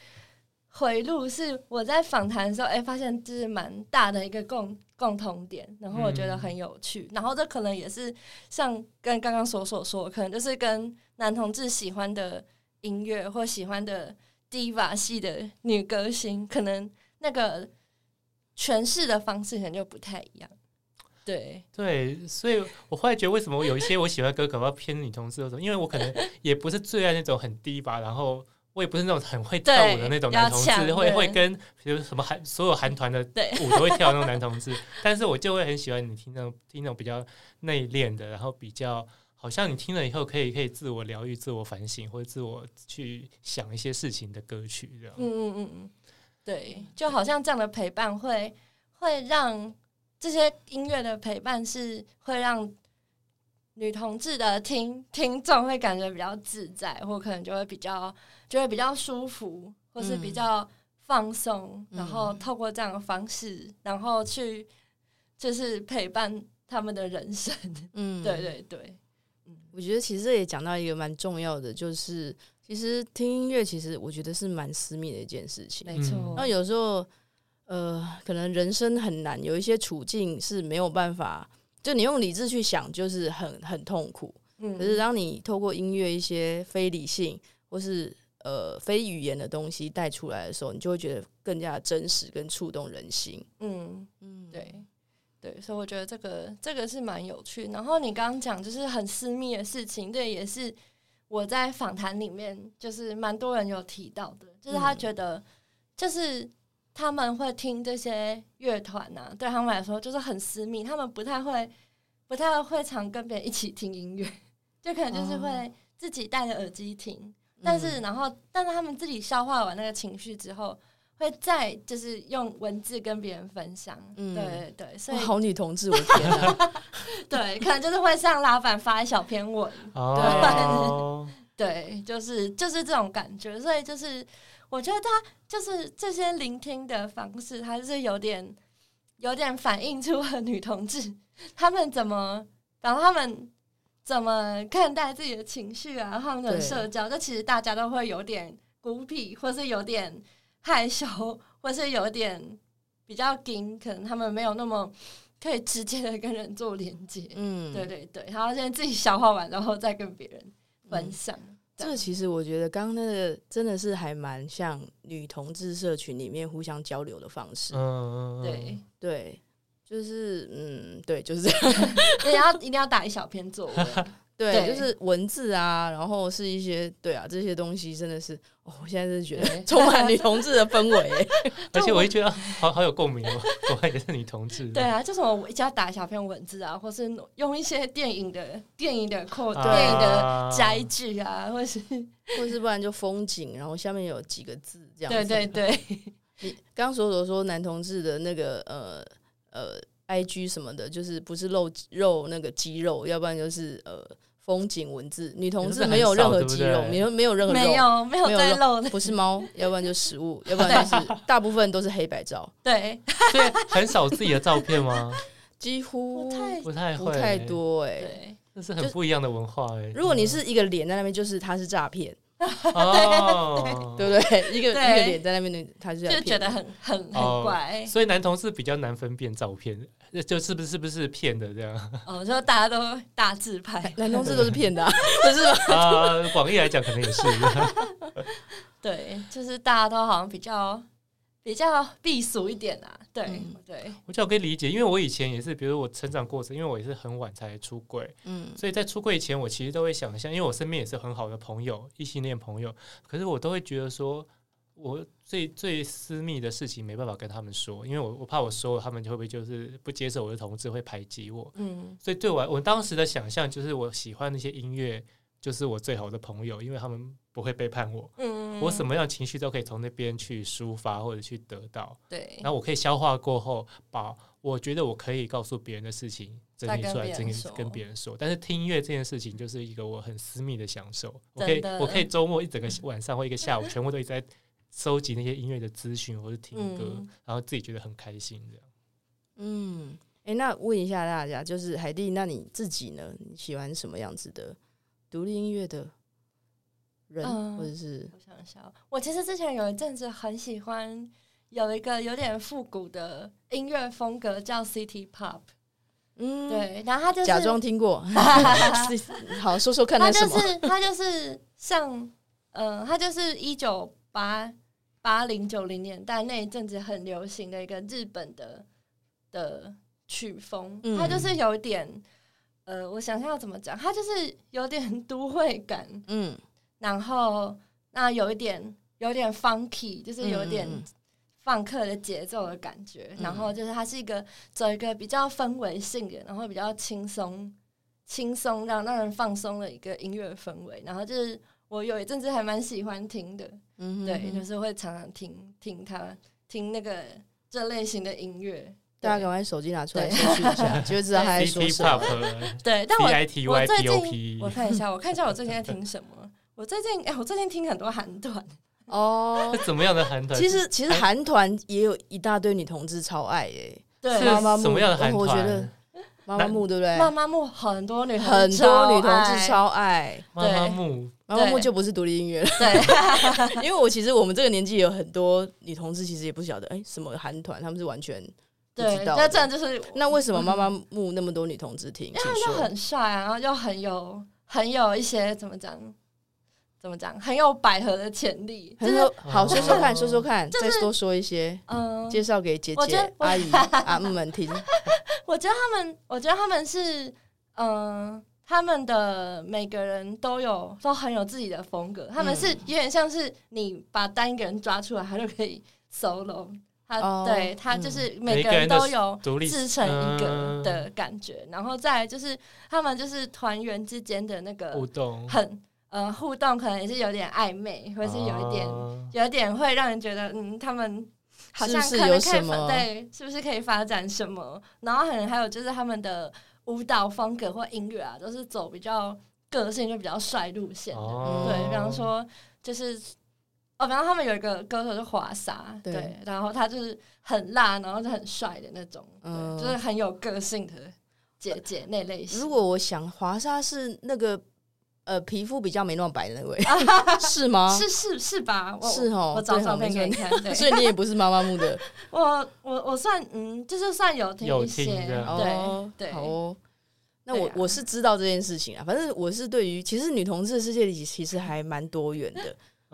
Speaker 3: 回路是我在访谈的时候，哎、发现就是蛮大的一个共共同点，然后我觉得很有趣，然后这可能也是像跟刚刚所所说，可能就是跟男同志喜欢的音乐或喜欢的 diva 系的女歌星，可能那个诠释的方式可能就不太一样，对。
Speaker 2: 对，所以我后来觉得为什么我有一些我喜欢的歌可能要偏女同志那种，因为我可能 也不是最爱那种很低吧，然后我也不是那种很会跳舞的那种
Speaker 3: 对
Speaker 2: 男同
Speaker 3: 要
Speaker 2: 志，
Speaker 3: 抢
Speaker 2: 会
Speaker 3: 对
Speaker 2: 会跟比如什么韩所有韩团的
Speaker 3: 对
Speaker 2: 舞都会跳的那种男同志，但是我就会很喜欢你听那种听那种比较内敛的，然后比较。好像你听了以后，可以可以自我疗愈、自我反省，或者自我去想一些事情的歌曲，这样。
Speaker 3: 嗯嗯嗯嗯，对，就好像这样的陪伴会会让这些音乐的陪伴是会让女同志的听听众会感觉比较自在，或可能就会比较就会比较舒服，或是比
Speaker 1: 嗯
Speaker 3: 较放松，
Speaker 1: 嗯
Speaker 3: 然后透过这样的方式，然后去就是陪伴他们的人生。
Speaker 1: 嗯，
Speaker 3: 对对对，
Speaker 1: 我觉得其实这也讲到一个蛮重要的，就是其实听音乐，其实我觉得是蛮私密的一件事情。
Speaker 3: 没错。
Speaker 2: 嗯
Speaker 1: 那有时候，呃，可能人生很难，有一些处境是没有办法，就你用理智去想，就是很很痛苦。
Speaker 3: 嗯
Speaker 1: 可是当你透过音乐一些非理性或是呃非语言的东西带出来的时候，你就会觉得更加真实跟触动人心。
Speaker 3: 嗯。
Speaker 1: 嗯，
Speaker 3: 对对，所以我觉得这个这个是蛮有趣。然后你刚刚讲就是很私密的事情，这也是我在访谈里面就是蛮多人有提到的，就是他
Speaker 1: 嗯
Speaker 3: 觉得就是他们会听这些乐团呐，对他们来说就是很私密，他们不太会不太会常跟别人一起听音乐，就可能就是
Speaker 1: 哦
Speaker 3: 会自己戴着耳机听。
Speaker 1: 嗯
Speaker 3: 但是，然后，但是他们自己消化完那个情绪之后，会再就是用文字跟别人分享。
Speaker 1: 嗯
Speaker 3: 对对，所
Speaker 1: 哇
Speaker 3: 以
Speaker 1: 好女同志，我 的天哪！
Speaker 3: 对，可能就是会上拉板发一小篇文。
Speaker 2: 哦，
Speaker 3: 对，就是就是这种感觉。所以就是，我觉得他就是这些聆听的方式，它是有点有点反映出了女同志他们怎么，然后他们怎么看待自己的情绪啊，他们的
Speaker 1: 对
Speaker 3: 社交，这其实大家都会有点孤僻，或是有点害羞，或是有点比较紧，可能他们没有那么可以直接的跟人做连接。
Speaker 1: 嗯，
Speaker 3: 对对对，然后现在自己消化完，然后再跟别人分享。
Speaker 1: 这个其实我觉得刚刚那个真的是还蛮像女同志社群里面互相交流的方式。
Speaker 2: 嗯，嗯，
Speaker 3: 对，
Speaker 1: 对，就是嗯，对，就是这样。
Speaker 3: 一定要一定要打一小篇作文，
Speaker 1: 对，就
Speaker 3: 对
Speaker 1: 是文字啊，然后是一些对啊，这些东西真的是，哦，我现在真的觉得充满女同志的氛围欸。
Speaker 2: 而且我就觉得啊好好有共鸣哦， 果然也是女同志。
Speaker 3: 对啊，就什么我一家打小片文字啊，或是用一些电影的电影的
Speaker 1: 哦
Speaker 3: 扩、
Speaker 2: 啊
Speaker 3: 电影的摘句啊，或是
Speaker 1: 或是不然就风景，然后下面有几个字这样
Speaker 3: 对
Speaker 1: 子。
Speaker 3: 对对，
Speaker 1: 你刚刚所所说男同志的那个呃呃 I G 什么的，就是不是露肉那个肌肉，要不然就是呃风景文字。女同志没有任何肌肉，
Speaker 2: 你
Speaker 1: 没有没有任何肉，
Speaker 3: 没有没有
Speaker 1: 没有
Speaker 3: 在
Speaker 1: 肉
Speaker 3: 漏的，
Speaker 1: 不是猫，要不然就食物，要不然就是 大部分都是黑白照，
Speaker 3: 对，
Speaker 2: 所以很少自己的照片 吗？
Speaker 1: 几乎
Speaker 3: 不太
Speaker 2: 不太会，
Speaker 1: 不太，多哎、
Speaker 3: 对，
Speaker 2: 这是很不一样的文化哎。
Speaker 1: 如果你是一个脸在那边，就是他是诈骗，
Speaker 2: 哦，
Speaker 1: 对不对？ 一个一
Speaker 3: 对
Speaker 1: 个脸在那边，他是在
Speaker 3: 就
Speaker 1: 骗
Speaker 3: 觉得
Speaker 1: 你
Speaker 3: 很很很
Speaker 2: 哦
Speaker 3: 怪
Speaker 2: 所以男同志比较难分辨照片， 就是不是是不是骗的这样。
Speaker 3: 哦，就大家都大字 拍，
Speaker 1: 男同志都是骗的、啊，不是吗？
Speaker 2: 啊，广义来讲可能也是。
Speaker 3: 对，就是大家都好像比较比较避俗一点啊，对、
Speaker 1: 嗯
Speaker 3: 对，
Speaker 2: 我觉得我可以理解，因为我以前也是，比如我成长过程，因为我也是很晚才出柜，
Speaker 1: 嗯，
Speaker 2: 所以在出柜前，我其实都会想象，因为我身边也是很好的朋友，异性恋朋友，可是我都会觉得说，我最最私密的事情没办法跟他们说，因为我我怕我说了，他们会不会就是不接受我的同志，会排挤我。
Speaker 3: 嗯
Speaker 2: 所以对我来我当时的想象就是，我喜欢那些音乐，就是我最好的朋友，因为他们不会背叛我，
Speaker 3: 嗯，
Speaker 2: 我什么样的情绪都可以从那边去抒发或者去得到。
Speaker 3: 对
Speaker 2: 然后我可以消化过后，把我觉得我可以告诉别人的事情整理出来，
Speaker 3: 再
Speaker 2: 整理
Speaker 3: 跟别人说
Speaker 2: 跟别人说。但是听音乐这件事情就是一个我很私密的享受，我
Speaker 3: 真
Speaker 2: 可以
Speaker 3: 的
Speaker 2: 我可以周末一 整个晚上或一个下午，全部都一直在收集那些音乐的资讯或者听歌，
Speaker 3: 嗯
Speaker 2: 然后自己觉得很开心这样。
Speaker 1: 嗯，哎、那问一下大家，就是海蒂，那你自己呢？你喜欢什么样子的独立音乐的人，
Speaker 3: 嗯
Speaker 1: 或者是
Speaker 3: 我想一下哦，我其实之前有一阵子很喜欢有一个有点复古的音乐风格叫 City Pop，、
Speaker 1: 嗯，，
Speaker 3: 对，然后它就是
Speaker 1: 假 装听过，好说说看
Speaker 3: 它
Speaker 1: 那什
Speaker 3: 就
Speaker 1: 么？
Speaker 3: 是它就是像呃，它就是一九八八零九零年代那一阵子很流行的一个日本的的曲风，
Speaker 1: 嗯
Speaker 3: 它就是有点。呃，我想想要怎么讲，它就是有点 都会感，
Speaker 1: 嗯
Speaker 3: 然后那有一点有点 funky，就是有点
Speaker 1: 嗯嗯嗯
Speaker 3: 放克的节奏的感觉。
Speaker 1: 嗯
Speaker 3: 然后就是它是一个走一个比较氛围性的，然后比较轻松、轻松让让人放松的一个音乐氛围。然后就是我有一阵子还蛮喜欢听的，
Speaker 1: 嗯哼，
Speaker 3: 对，
Speaker 1: 嗯
Speaker 3: 就是会常常听听它听那个这类型的音乐。
Speaker 1: 大家
Speaker 3: 对
Speaker 1: 赶快手机拿出来搜寻一下，就会知道他在
Speaker 2: C
Speaker 1: 说
Speaker 2: T
Speaker 1: 什么。
Speaker 2: Pop
Speaker 3: 对，但
Speaker 2: C
Speaker 3: 我
Speaker 2: I T
Speaker 3: 我
Speaker 2: Y
Speaker 3: 最
Speaker 2: P
Speaker 3: 近
Speaker 2: O P，
Speaker 3: 我看一下，我看一下我最近在听什么。我最近哎、我最近听很多韩团，
Speaker 1: 哦，
Speaker 2: 怎么样的韩团？
Speaker 1: 其实其实韩团也有一大堆女同志超爱耶、
Speaker 3: 对，
Speaker 2: 是
Speaker 1: 妈妈木
Speaker 2: 什么样的韩
Speaker 1: 我觉得
Speaker 2: 团？
Speaker 1: 妈妈木对不对？
Speaker 3: 妈妈木很多女
Speaker 1: 很多女同志超爱，
Speaker 2: 妈妈
Speaker 3: 对
Speaker 2: 木
Speaker 1: 妈妈木
Speaker 3: 对
Speaker 1: 就不是独立音乐了。
Speaker 3: 对
Speaker 1: 因为我其实我们这个年纪有很多女同志，其实也不晓得哎、什么韩团，他们是完全 不
Speaker 3: 对，
Speaker 1: 知道
Speaker 3: 那
Speaker 1: 的。
Speaker 3: 这样就是
Speaker 1: 那为什么妈妈
Speaker 3: 嗯
Speaker 1: 木那么多女同志听？请
Speaker 3: 就
Speaker 1: 说。
Speaker 3: 很帅啊，然后又很有很有一些怎么讲怎么讲，很有百合的潜力，就
Speaker 1: 很
Speaker 3: 是
Speaker 1: 有好，说说看，
Speaker 2: 哦
Speaker 1: 说说看，
Speaker 3: 就
Speaker 1: 再
Speaker 3: 是
Speaker 1: 多说一些，
Speaker 3: 嗯，
Speaker 1: 介绍给姐
Speaker 3: 我觉
Speaker 1: 姐
Speaker 3: 得、我
Speaker 1: 阿姨、阿姆们听。
Speaker 3: 我觉得他们，我觉得他们是嗯。他们的每个人都有都很有自己的风格，他们
Speaker 1: 嗯
Speaker 3: 是有点像是你把单一个人抓出来，他就可以 solo，他、
Speaker 1: 哦
Speaker 3: 对他
Speaker 2: 嗯
Speaker 3: 就是
Speaker 2: 每
Speaker 3: 每个
Speaker 2: 个
Speaker 3: 人
Speaker 2: 人的
Speaker 3: 都有
Speaker 2: 独立
Speaker 3: 自成一个
Speaker 2: 嗯
Speaker 3: 的感觉，然后再来就是他们就是团员之间的那
Speaker 2: 互
Speaker 3: 个
Speaker 2: 动，
Speaker 3: 很呃互动，可能也是有点暧昧，或是有一点、
Speaker 2: 啊
Speaker 3: 有一点会让人觉得嗯，他们好像
Speaker 1: 是不是
Speaker 3: 可能
Speaker 1: 有
Speaker 3: 可以
Speaker 1: 什
Speaker 3: 发
Speaker 1: 么
Speaker 3: 对，是不是可以发展什么？然后可能还有就是他们的舞蹈风格或音乐啊，都是走比较个性就比较帅路线的，
Speaker 2: 哦
Speaker 3: 对，比方说就是。哦，然后他们有一个歌手是华莎，
Speaker 1: 对
Speaker 3: 对，然后他就是很辣，然后就很帅的那种，
Speaker 1: 嗯
Speaker 3: 对，就是很有个性的姐姐那类型。
Speaker 1: 如果我想，华莎是那个呃皮肤比较没那么白的那 位，是吗？
Speaker 3: 是是是吧？我
Speaker 1: 啊是哦
Speaker 3: 我找
Speaker 1: 对哦
Speaker 3: 照片
Speaker 1: 没错
Speaker 3: 给你看。对，
Speaker 1: 所以你也不是妈妈木的
Speaker 3: 我我我算嗯，就是算有听
Speaker 2: 有
Speaker 3: 一些，
Speaker 2: 听这样
Speaker 1: 哦
Speaker 3: 对，对
Speaker 1: 好哦。那
Speaker 3: 对
Speaker 1: 我
Speaker 3: 啊
Speaker 1: 我是知道这件事情啊，反正我是对于其实女同志的世界里其实还蛮多元的，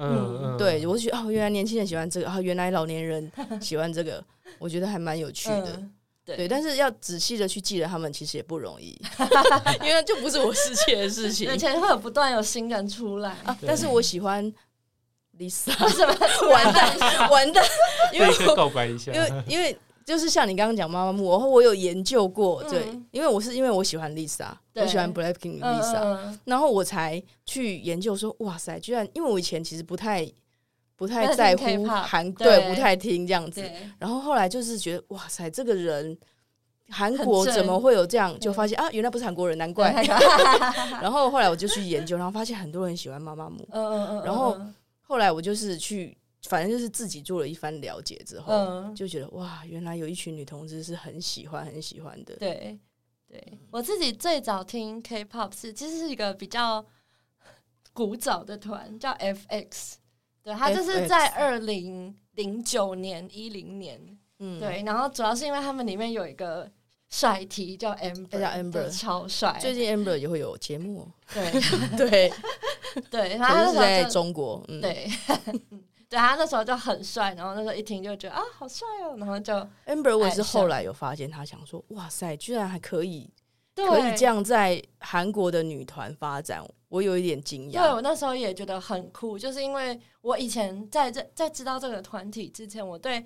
Speaker 2: 嗯嗯，
Speaker 1: 对，我就哦觉得哦，原来年轻人喜欢这个，啊，原来老年人喜欢这个，我觉得还蛮有趣的。
Speaker 3: 嗯
Speaker 1: 对，
Speaker 3: 对，
Speaker 1: 但是要仔细的去记得他们，其实也不容易， 因为就不是我世界的事情
Speaker 3: 而。且会有不断有新人出来，
Speaker 1: 啊但是我喜欢 Lisa，
Speaker 3: 为什么
Speaker 1: 完蛋完蛋，因为
Speaker 2: 可以先
Speaker 1: 我
Speaker 2: 告白一下
Speaker 1: 因。为因为就是像你刚刚讲妈妈木，然后我有研究过，对，
Speaker 3: 嗯
Speaker 1: 因为我是因为我喜欢 Lisa，
Speaker 3: 对
Speaker 1: 我喜欢 Blackpink
Speaker 3: 嗯
Speaker 1: Lisa，、
Speaker 3: 嗯
Speaker 1: 然后我才去研究说，哇塞，居然因为我以前其实不太不太
Speaker 3: 不
Speaker 1: 在
Speaker 3: 太听
Speaker 1: 乎
Speaker 3: K-pop，
Speaker 1: 韩，
Speaker 3: 对
Speaker 1: 对，不太听这样子，
Speaker 3: 对，
Speaker 1: 然后后来就是觉得，哇塞，这个人韩
Speaker 3: 很
Speaker 1: 国
Speaker 3: 正
Speaker 1: 怎么会有这样？
Speaker 3: 对
Speaker 1: 就发现啊，原来不是韩国人，难
Speaker 3: 对嗯
Speaker 1: 怪。 然后后来我就去研究，然后发现很多人喜欢妈妈木。
Speaker 3: 嗯嗯嗯，
Speaker 1: 然后
Speaker 3: 嗯
Speaker 1: 后来我就是去，反正就是自己做了一番了解之后，
Speaker 3: 嗯
Speaker 1: 就觉得哇，原来有一群女同志是很喜欢、很喜欢的。
Speaker 3: 对对，我自己最早听 K-pop 是其实是一个比较古早的团，叫 FX，对，它就是
Speaker 1: FX
Speaker 3: 在二零零九年一零年，
Speaker 1: 嗯，
Speaker 3: 对，然后主要是因为他们里面有一个。帅 T 叫 Amber，
Speaker 1: 叫哎 Amber
Speaker 3: 对哎超帅。
Speaker 1: 最近 Amber 也会有节目哦，
Speaker 3: 对
Speaker 1: 对，
Speaker 3: 对，然后
Speaker 1: 可
Speaker 3: 他
Speaker 1: 是
Speaker 3: 那
Speaker 1: 是
Speaker 3: 时候
Speaker 1: 在
Speaker 3: 就
Speaker 1: 中国，嗯，
Speaker 3: 对， 对他那时候就很帅，然后那时候一听就觉得啊，好帅哦，然后就
Speaker 1: Amber 我也是
Speaker 3: 爱上
Speaker 1: 后来有发现，她想说，哇塞，居然还可以
Speaker 3: 对
Speaker 1: 可以这。样在韩国的女团发展，我有一点惊
Speaker 3: 对
Speaker 1: 讶。
Speaker 3: 我那时候也觉得很酷，就是因为我以前在这在知道这个团体之前，我对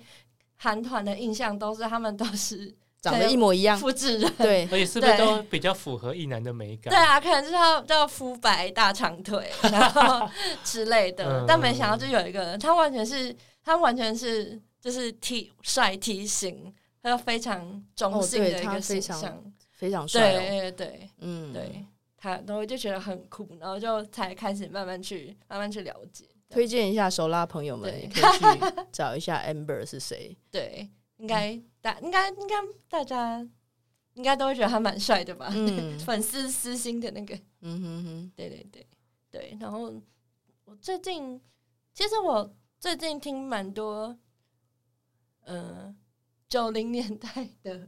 Speaker 3: 韩团的印象都是他们都是
Speaker 1: 长得一模一样，
Speaker 3: 复制人。
Speaker 1: 对，
Speaker 2: 而且是不是
Speaker 3: 对
Speaker 2: 都比较符合一男的美
Speaker 3: 对
Speaker 2: 感？
Speaker 3: 啊，可能就是要要肤白大长腿，然 后之类的
Speaker 2: 嗯。
Speaker 3: 但没想到就有一个人，他完全是他完全是就是 T 帅 T 型，他就非常中性
Speaker 1: 哦对
Speaker 3: 的一
Speaker 1: 他
Speaker 3: 个
Speaker 1: 非
Speaker 3: 形
Speaker 1: 常
Speaker 3: 象。
Speaker 1: 非常帅、哦。
Speaker 3: 对对对
Speaker 1: 嗯，
Speaker 3: 对，他然后就觉得很酷，然后就才开始慢慢去慢慢去了解。
Speaker 1: 推荐一下手拉朋友们，
Speaker 3: 对
Speaker 1: 也可以去找一下 Amber 是 谁。
Speaker 3: 对，
Speaker 1: 嗯
Speaker 3: 应该大应该应该大家应该都会觉得他蛮帅的吧？
Speaker 1: 嗯
Speaker 3: 粉丝私心的那个，
Speaker 1: 嗯哼哼，
Speaker 3: 对对对对。然后我最近其实我最近听蛮多，呃，九零年代的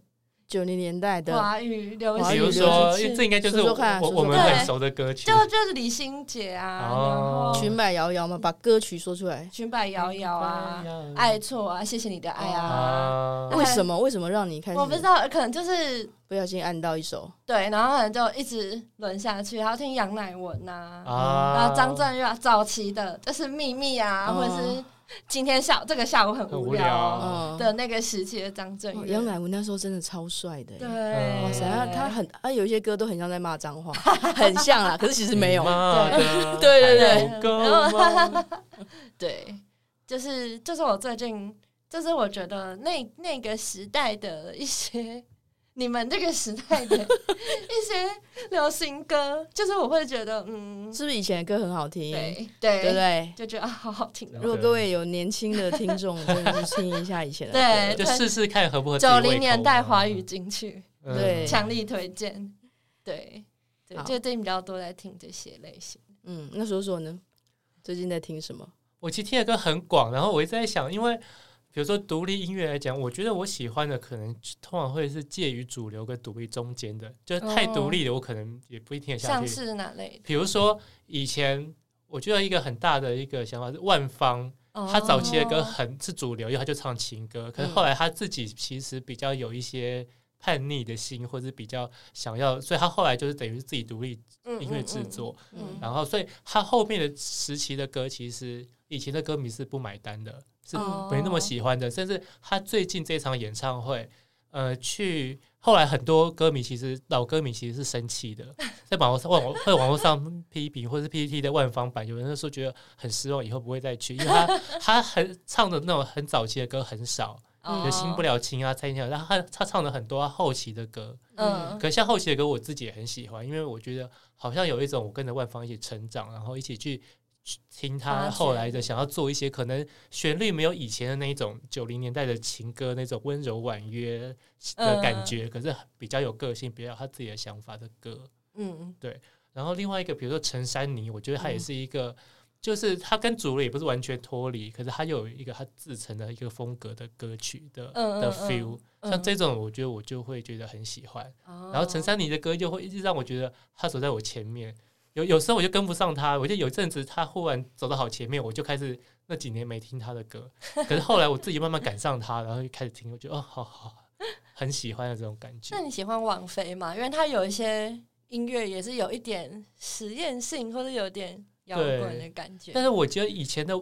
Speaker 1: 九零年代的，
Speaker 3: 华语流行
Speaker 1: 华
Speaker 2: 比
Speaker 1: 语
Speaker 2: 如
Speaker 1: 流
Speaker 3: 歌
Speaker 2: 说，
Speaker 3: 曲，
Speaker 2: 因为这应该就是
Speaker 1: 说
Speaker 2: 我
Speaker 1: 说看
Speaker 2: 我
Speaker 1: 说说
Speaker 2: 我们
Speaker 3: 看
Speaker 2: 很熟的歌曲
Speaker 3: 就。就是李心洁啊，
Speaker 2: 哦
Speaker 3: 然后
Speaker 1: 裙摆摇摇嘛，把歌曲说出 来。
Speaker 3: 裙摆摇摇啊，爱错啊，谢谢你的爱啊。
Speaker 2: 啊
Speaker 1: 哦为什么？为什么让你开始？
Speaker 3: 我不知道，可能就是
Speaker 1: 不小心按到一首，
Speaker 3: 对，然后可能就一直轮下去，然后听杨乃文呐、啊，
Speaker 2: 啊
Speaker 3: 然后张震岳啊早期的，就是秘密啊，
Speaker 1: 哦
Speaker 3: 或者是今天下午这个下午很
Speaker 2: 很
Speaker 3: 无
Speaker 2: 无聊
Speaker 3: 聊哦啊
Speaker 1: 嗯，
Speaker 3: 的那个时期的张震
Speaker 1: 哦
Speaker 3: 岳，
Speaker 1: 杨乃文那时候真的超帅的。
Speaker 3: 对，
Speaker 2: 哇
Speaker 1: 哇塞，他他
Speaker 3: 对
Speaker 1: 很他有一些歌都很像在骂脏话，很像啦，可是其实没有。
Speaker 3: 嗯
Speaker 2: 对
Speaker 1: 对对对
Speaker 2: 不够吗？
Speaker 3: 对，就是就是我最近，就是我觉得那那个时代的一些，你们这个时代的一些流行歌，就是我会觉得，嗯，
Speaker 1: 是不是以前的歌很好听？
Speaker 3: 对
Speaker 1: 对
Speaker 3: 对
Speaker 1: 不对？
Speaker 3: 就觉得啊，好好听哦。
Speaker 1: 如果各位有年轻的听众，真的是听一下以前的歌。
Speaker 3: 对
Speaker 2: 就试试看合不合自己
Speaker 3: 九
Speaker 2: 胃口
Speaker 3: 零年代华语金曲，
Speaker 2: 嗯
Speaker 1: 对
Speaker 3: 强力推荐。对对
Speaker 1: 好，
Speaker 3: 最近比较多在听这些类型。
Speaker 1: 嗯，那说说呢？最近在听什么？
Speaker 2: 我其实听的歌很广，然后我一直在想，因为比如说独立音乐来讲，我觉得我喜欢的可能通常会是介于主流跟独立中间的，就是太独
Speaker 3: 嗯
Speaker 2: 立的我可能也不一定听得下
Speaker 3: 像
Speaker 2: 去。
Speaker 3: 是哪类的？
Speaker 2: 比如说以前我觉得一个很大的一个想法是万芳，
Speaker 3: 哦嗯
Speaker 2: 他早期的歌很是主流，因为他就唱情歌，可是后来他自己其实比较有一些。叛逆的心，或者是比较想要，所以他后来就是等于是自己独立
Speaker 3: 哦
Speaker 2: 音乐制作，，
Speaker 3: 嗯嗯嗯
Speaker 2: 然后，所以他后面的时期的歌，其实以前的歌迷是不买单的，是
Speaker 3: 哦
Speaker 2: 没那么喜欢的。甚至他最近这场演唱会，呃，去后来很多歌迷其实老歌迷其实是生气的，在网络上网络会网络上批评，或是 PPT 的万方版，有人说觉得很失望，以后不会再去，因为他他很唱的那种很早期的歌很少，
Speaker 3: 哦
Speaker 2: 比如《新不了情》啊，《蔡依林啊》，然后他他唱了很多他后期的歌，
Speaker 3: 嗯
Speaker 2: 可像后期的歌，我自己也很喜欢，因为我觉得好像有一种我跟着万芳一起成长，然后一起去去听
Speaker 3: 发
Speaker 2: 他
Speaker 3: 掘嗯
Speaker 2: 后来的想要做一些可能旋律没有以前的那一种九零年代的情歌那种温柔婉约的
Speaker 3: 嗯
Speaker 2: 感觉，可是比较有个性，比较有他自己的想法的歌。
Speaker 3: 嗯
Speaker 2: 然后另外一个，比如说陈珊妮，我觉得她也
Speaker 1: 嗯
Speaker 2: 是一个，就是她跟主流也不是完全脱离，可是她又有一个她自成的一个风格的歌曲的
Speaker 3: 嗯
Speaker 2: 的
Speaker 3: 嗯嗯
Speaker 2: feel，
Speaker 3: 嗯
Speaker 2: 像这种我觉得我就会觉得很喜欢。
Speaker 3: 哦
Speaker 2: 然后陈珊妮的歌就会一直让我觉得她走在我前面。有有时候我就跟不上她，我就有一阵子她忽然走到好前面，我就开始那 几年没听她的歌，可是后来我自己慢慢赶上她，然后就开始听，我觉得哦，好好，很喜欢的这种感觉
Speaker 3: 那。你喜欢王菲吗？因为她有一些音乐也是有一点实验性，或者有点摇滚的感觉。
Speaker 2: 但是我觉得以前的，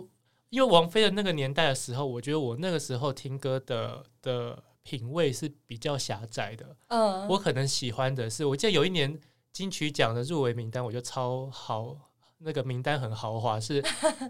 Speaker 2: 因为王菲的那个年代的时候，我觉得我那个时候听歌的的品味是比较狭窄的。
Speaker 3: 嗯，
Speaker 2: 我可能喜欢的是，我记得有一年金曲奖的入围名单，我就超豪，那个名单很豪华， 是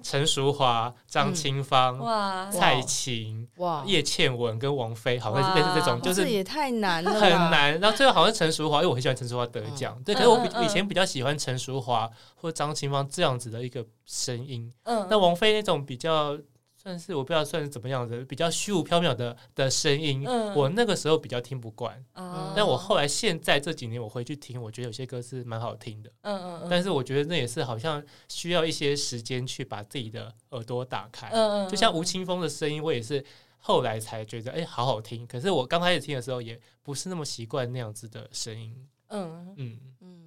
Speaker 2: 陈淑华、张清芳、
Speaker 3: 嗯哇，
Speaker 2: 蔡琴、
Speaker 1: 哇，
Speaker 2: 叶倩文跟王菲，好像是类似这种，
Speaker 3: 哇
Speaker 1: 就
Speaker 2: 就是是
Speaker 1: 也太难了，
Speaker 2: 很。难。然后最后好像陈淑华，因为我很喜欢陈淑华得奖，对，可是我比
Speaker 3: 啊嗯嗯
Speaker 2: 以前比较喜欢陈淑华或张清芳这样子的一个声音。
Speaker 3: 嗯，
Speaker 2: 那王菲那种比较算是我不知道算是怎么样的，比较虚无缥缈的的声音，
Speaker 3: 嗯
Speaker 2: 我那个时候比较听不惯。
Speaker 3: 啊
Speaker 2: 但我后来现在这几年我回去听，我觉得有些歌是蛮好听的，
Speaker 3: 嗯嗯嗯，
Speaker 2: 但是我觉得那也是好像需要一些时间去把自己的耳朵打开。
Speaker 3: 嗯嗯，
Speaker 2: 就像吴青峰的声音，我也是后来才觉得哎、好好听，可是我刚开始听的时候也不是那么习惯那样子的声音。
Speaker 3: 嗯，
Speaker 2: 嗯，
Speaker 1: 嗯，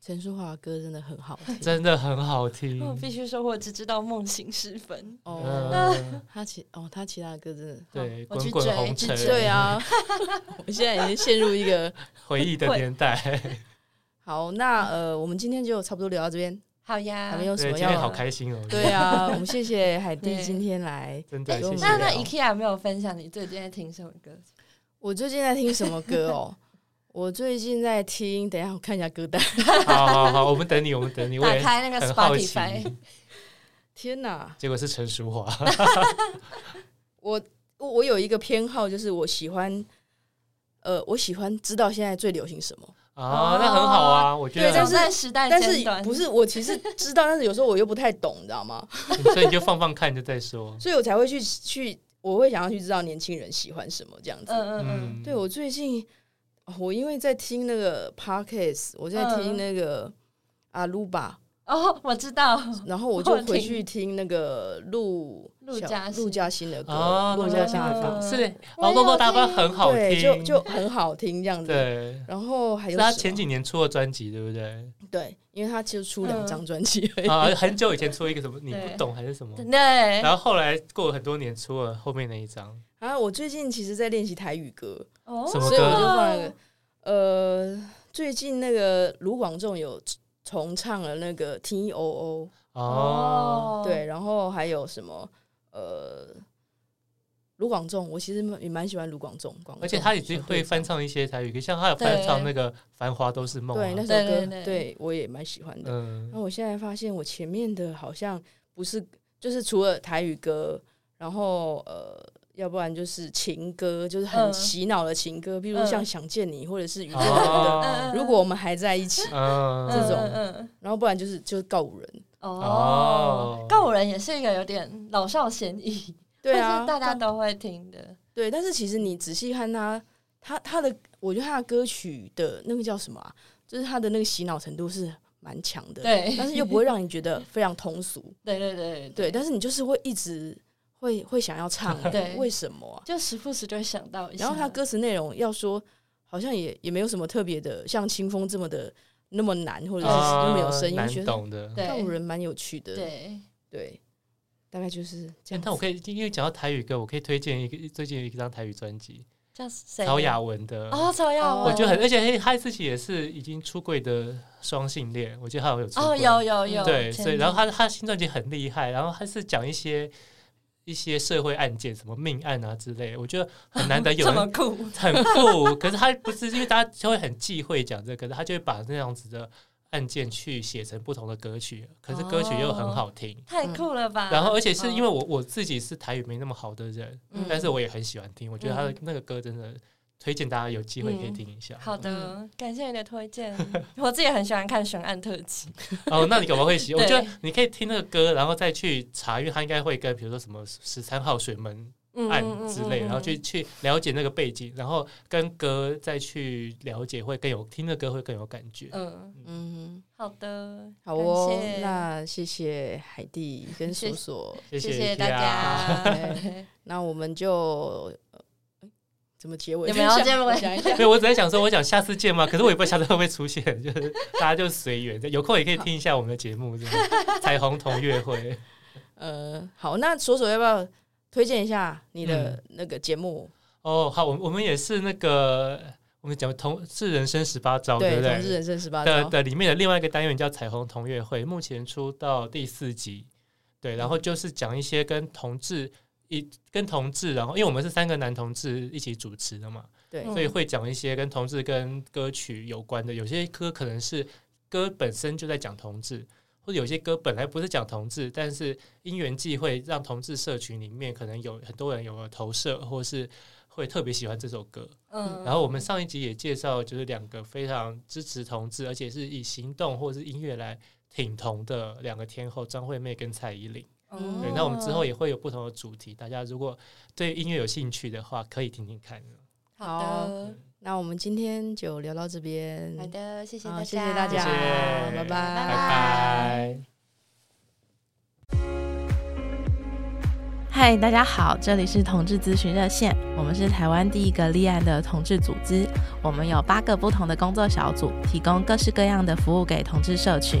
Speaker 1: 陈淑华的歌真的很好听
Speaker 2: 真的很好听。
Speaker 3: 我必须说，我只知道《梦醒时分
Speaker 1: 哦。
Speaker 2: 嗯，
Speaker 1: 他其哦，他其他的歌真的。
Speaker 2: 对，
Speaker 3: 我去
Speaker 2: 滚滚
Speaker 3: 追
Speaker 2: 红
Speaker 3: 去
Speaker 2: 尘，
Speaker 3: 追
Speaker 1: 对啊， 我现在已经陷入一个
Speaker 2: 回忆的
Speaker 3: 会
Speaker 2: 年 代。
Speaker 1: 好。那呃，我们今天就差不多聊到这边，》。
Speaker 3: 好呀
Speaker 1: 还，没有什
Speaker 2: 对，
Speaker 1: 么
Speaker 2: 今天好
Speaker 1: 要
Speaker 2: 开心哦！
Speaker 1: 对，啊，我们谢谢海蒂
Speaker 3: 对
Speaker 1: 今天来。
Speaker 2: 真的，
Speaker 1: 哎
Speaker 2: 谢谢哦
Speaker 1: 聊
Speaker 3: 那那 IKEA 没有分享你最近在听什么歌？
Speaker 1: 我最近在听什么歌哦？我最近在听，等一下我看一下歌单。
Speaker 2: 好好好，我们等你，我们等你，我
Speaker 3: 打
Speaker 2: 也
Speaker 3: 开那个
Speaker 2: 很好
Speaker 3: Spotify，
Speaker 2: 奇。嗯
Speaker 1: 天哪，
Speaker 2: 结果是陈淑华，
Speaker 1: 我我我有一个偏好，就是我喜欢，呃，我喜欢知道现在最流行什么。
Speaker 2: 啊，那很好啊，我觉
Speaker 1: 哦对但
Speaker 2: 得
Speaker 1: 是，
Speaker 3: 在时代
Speaker 1: 但
Speaker 3: 尖
Speaker 1: 是
Speaker 3: 端，
Speaker 1: 不是我其实知道，但是有时候我又不太懂，你知道吗？
Speaker 2: 所以你就放放看，就再说。
Speaker 1: 所以我才会去去，我会想要去知道年轻人喜欢什么这样子。
Speaker 3: 嗯嗯嗯，
Speaker 2: 嗯，
Speaker 1: 对我最近，哦我因为在听那个 podcast，我在听
Speaker 3: 嗯
Speaker 1: 那个阿鲁巴，
Speaker 3: 哦，我知道，
Speaker 1: 然后我就回去听那个陆
Speaker 3: 陆
Speaker 1: 小
Speaker 3: 嘉欣
Speaker 1: 陆嘉欣的歌
Speaker 2: 啊，
Speaker 1: 《落落
Speaker 2: 落落
Speaker 1: 大
Speaker 2: 大
Speaker 1: 方
Speaker 2: 方
Speaker 3: 嗯》，
Speaker 2: 是
Speaker 3: 我
Speaker 2: 哦，
Speaker 3: 有
Speaker 2: 落落大方
Speaker 3: 听
Speaker 2: 很好
Speaker 1: 对，
Speaker 2: 听，
Speaker 1: 就就很好听这样子。
Speaker 2: 对。
Speaker 1: 然后还
Speaker 2: 是
Speaker 1: 有
Speaker 2: 他
Speaker 1: 什么
Speaker 2: 前几年出的专辑，对不对？
Speaker 1: 对，因为他就出两
Speaker 3: 嗯
Speaker 1: 张专辑而已。
Speaker 2: 啊，很久以前出一个什么你不
Speaker 3: 对
Speaker 2: 懂还是什么，
Speaker 3: 对
Speaker 2: 然，后后来过了很多年出了后面那一张，
Speaker 1: 然后我最近其实在练习台语歌，
Speaker 3: 哦
Speaker 2: 什么
Speaker 1: 所以我
Speaker 2: 歌
Speaker 1: 就放了个呃，最近那个卢广仲有重唱了那个 T O O，
Speaker 2: 哦，
Speaker 1: 对，然后还有什么呃。卢广仲，我其实蛮也蛮喜欢卢广仲，广
Speaker 2: 而且
Speaker 1: 仲
Speaker 2: 他也是
Speaker 1: 小
Speaker 2: 会
Speaker 1: 队
Speaker 2: 翻
Speaker 1: 长
Speaker 2: 唱一些台语歌，像他有翻唱那个《繁华都是梦》
Speaker 1: 对那哦
Speaker 2: 啊，
Speaker 1: 首
Speaker 3: 对
Speaker 1: 歌，
Speaker 3: 对对
Speaker 1: 我也蛮喜欢的。
Speaker 2: 嗯
Speaker 1: 然，后我现在发现，我前面的好像不是，就是除了台语歌，然后呃，要不然就是情歌，就是很
Speaker 3: 嗯
Speaker 1: 洗脑的情歌，比如像《
Speaker 3: 嗯
Speaker 1: 想见你》或者是宇宙人的
Speaker 2: 哦，
Speaker 1: 《如果我们还在一起》，
Speaker 2: 嗯，
Speaker 1: 这种
Speaker 3: 嗯嗯
Speaker 1: 然后不然就是就是告五人。
Speaker 2: 哦
Speaker 3: 哦，告五人也是一个有点老少咸宜，
Speaker 1: 对啊，
Speaker 3: 但是大家都会听的。
Speaker 1: 对，但是其实你仔细看他，他他的，我觉得他的歌曲的那个叫什么啊，就是他的那个洗脑程度是蛮强的，，
Speaker 3: 对
Speaker 1: 但是又不会让你觉 得非常通俗。
Speaker 3: 对对对对，
Speaker 1: 对，但是你就是会一直会会想要 唱，哎
Speaker 3: 对
Speaker 1: 为什么啊？
Speaker 3: 就时不时就会想到一下。
Speaker 1: 然后他歌词内容要说，好像也也没有什么特别的，像清风这么的那么难，或者是那么有声音，
Speaker 2: 啊难
Speaker 1: 我觉得
Speaker 2: 懂的。
Speaker 3: 对
Speaker 1: 让人蛮有趣的。
Speaker 3: 对
Speaker 1: 对大概就是这样子。
Speaker 2: 但我可以，因为讲到台语歌，我可以推荐一个最近有一张台语专辑，
Speaker 3: 叫谁？
Speaker 2: 曹雅文的。
Speaker 3: 哦，曹雅文，
Speaker 2: 我觉得很，而且他自己也是已经出柜的双性恋，我记得他有出
Speaker 3: 哦，
Speaker 2: 柜
Speaker 3: 有有
Speaker 1: 嗯
Speaker 3: 有，
Speaker 2: 对，
Speaker 3: 前
Speaker 2: 所以然后
Speaker 3: 阵
Speaker 2: 他他新专辑很厉害，然后他是讲一些一些社会案件，什么命案啊之类的，我觉得很难得有
Speaker 3: 这
Speaker 2: 人
Speaker 3: 么 酷，
Speaker 1: 嗯
Speaker 2: 很酷，可是他不是因为大家就会很忌讳讲这个，可是他就会把那样子的案件去写成不同的歌曲，可是歌曲又
Speaker 3: 哦
Speaker 2: 很好听。
Speaker 3: 太酷了吧？哦
Speaker 2: 然后，而且是因为
Speaker 3: 为
Speaker 2: 我我自己是台语没那么好的人，
Speaker 1: 嗯
Speaker 2: 但是我也很喜欢听，我觉得他的那个歌真的推荐大家有机会可以听一下。
Speaker 3: 嗯好的，
Speaker 1: 嗯
Speaker 3: 感谢你的推荐。 我自己很喜欢看《悬案特辑》，
Speaker 2: 哦，那你搞不好会 喜，
Speaker 3: 对
Speaker 2: 我觉得你可以听那个歌，然后再去查，因为他应该会跟比如说什么十三号水门
Speaker 3: 嗯
Speaker 2: 案
Speaker 3: 嗯嗯
Speaker 2: 之类，
Speaker 3: 嗯
Speaker 2: 然后去去了解那个背景，然后跟歌再去了解，会更有听的歌会更有感觉。
Speaker 3: 嗯，
Speaker 1: 嗯，
Speaker 3: 好的，
Speaker 1: 好哦
Speaker 3: 感谢，
Speaker 1: 那谢谢海蒂跟
Speaker 3: 谢
Speaker 1: 索
Speaker 3: 谢
Speaker 1: 索，
Speaker 2: 谢
Speaker 3: 谢
Speaker 2: 谢
Speaker 3: 大
Speaker 2: Kia
Speaker 3: 家。
Speaker 1: 那我们就、呃诶怎么结尾？
Speaker 3: 你们要结尾
Speaker 1: 我想一下
Speaker 2: 没。有，我只在想说，我想下次见嘛，可是我也不知道下次会不会出现，就是大家就随缘，有空也可以听一下我们的节目，这样彩虹同乐会。嗯
Speaker 1: 呃，好，那索索要不要推荐一下你的那个节目？
Speaker 2: 哦，好，我我们也是那个我们讲同是人生十八招，对
Speaker 1: 对，
Speaker 2: 不
Speaker 1: 同
Speaker 2: 对？
Speaker 1: 志人生十八
Speaker 2: 的
Speaker 1: 招，
Speaker 2: 的里面的另外一个单元叫彩虹同乐会，目前出到第四集，对，然后就是讲一些跟同志一跟同志，然后因为我们是三个男同志一起主持的嘛，
Speaker 1: 对
Speaker 3: 嗯
Speaker 2: 所以会讲一些跟同志跟歌曲有关的，有些歌可能是歌本身就在讲同志。或者有些歌本来不是讲同志，但是因缘际会让同志社群里面可能有很多人有了投射，或是会特别喜欢这首歌。
Speaker 3: 嗯
Speaker 2: 然后我们上一集也介绍，就是两个非常支持同志，而且是以行动或是音乐来挺同的两个天后张惠妹跟蔡依林。
Speaker 3: 嗯
Speaker 2: 对，那我们之后也会有不同的主题，大家如果对音乐有兴趣的话，可以听听看。
Speaker 3: 好的，
Speaker 1: 那我们今天就聊到这边，
Speaker 3: 好的，谢谢大
Speaker 1: 好，
Speaker 3: 家，
Speaker 1: 谢谢大家，
Speaker 2: 谢谢
Speaker 1: 拜
Speaker 2: 拜
Speaker 1: 拜
Speaker 2: 拜。
Speaker 8: 嗨，大家好，这里是同志咨询热线，我们是台湾第一个立案的同志组织，我们有八个不同的工作小组，提供各式各样的服务给同志社群。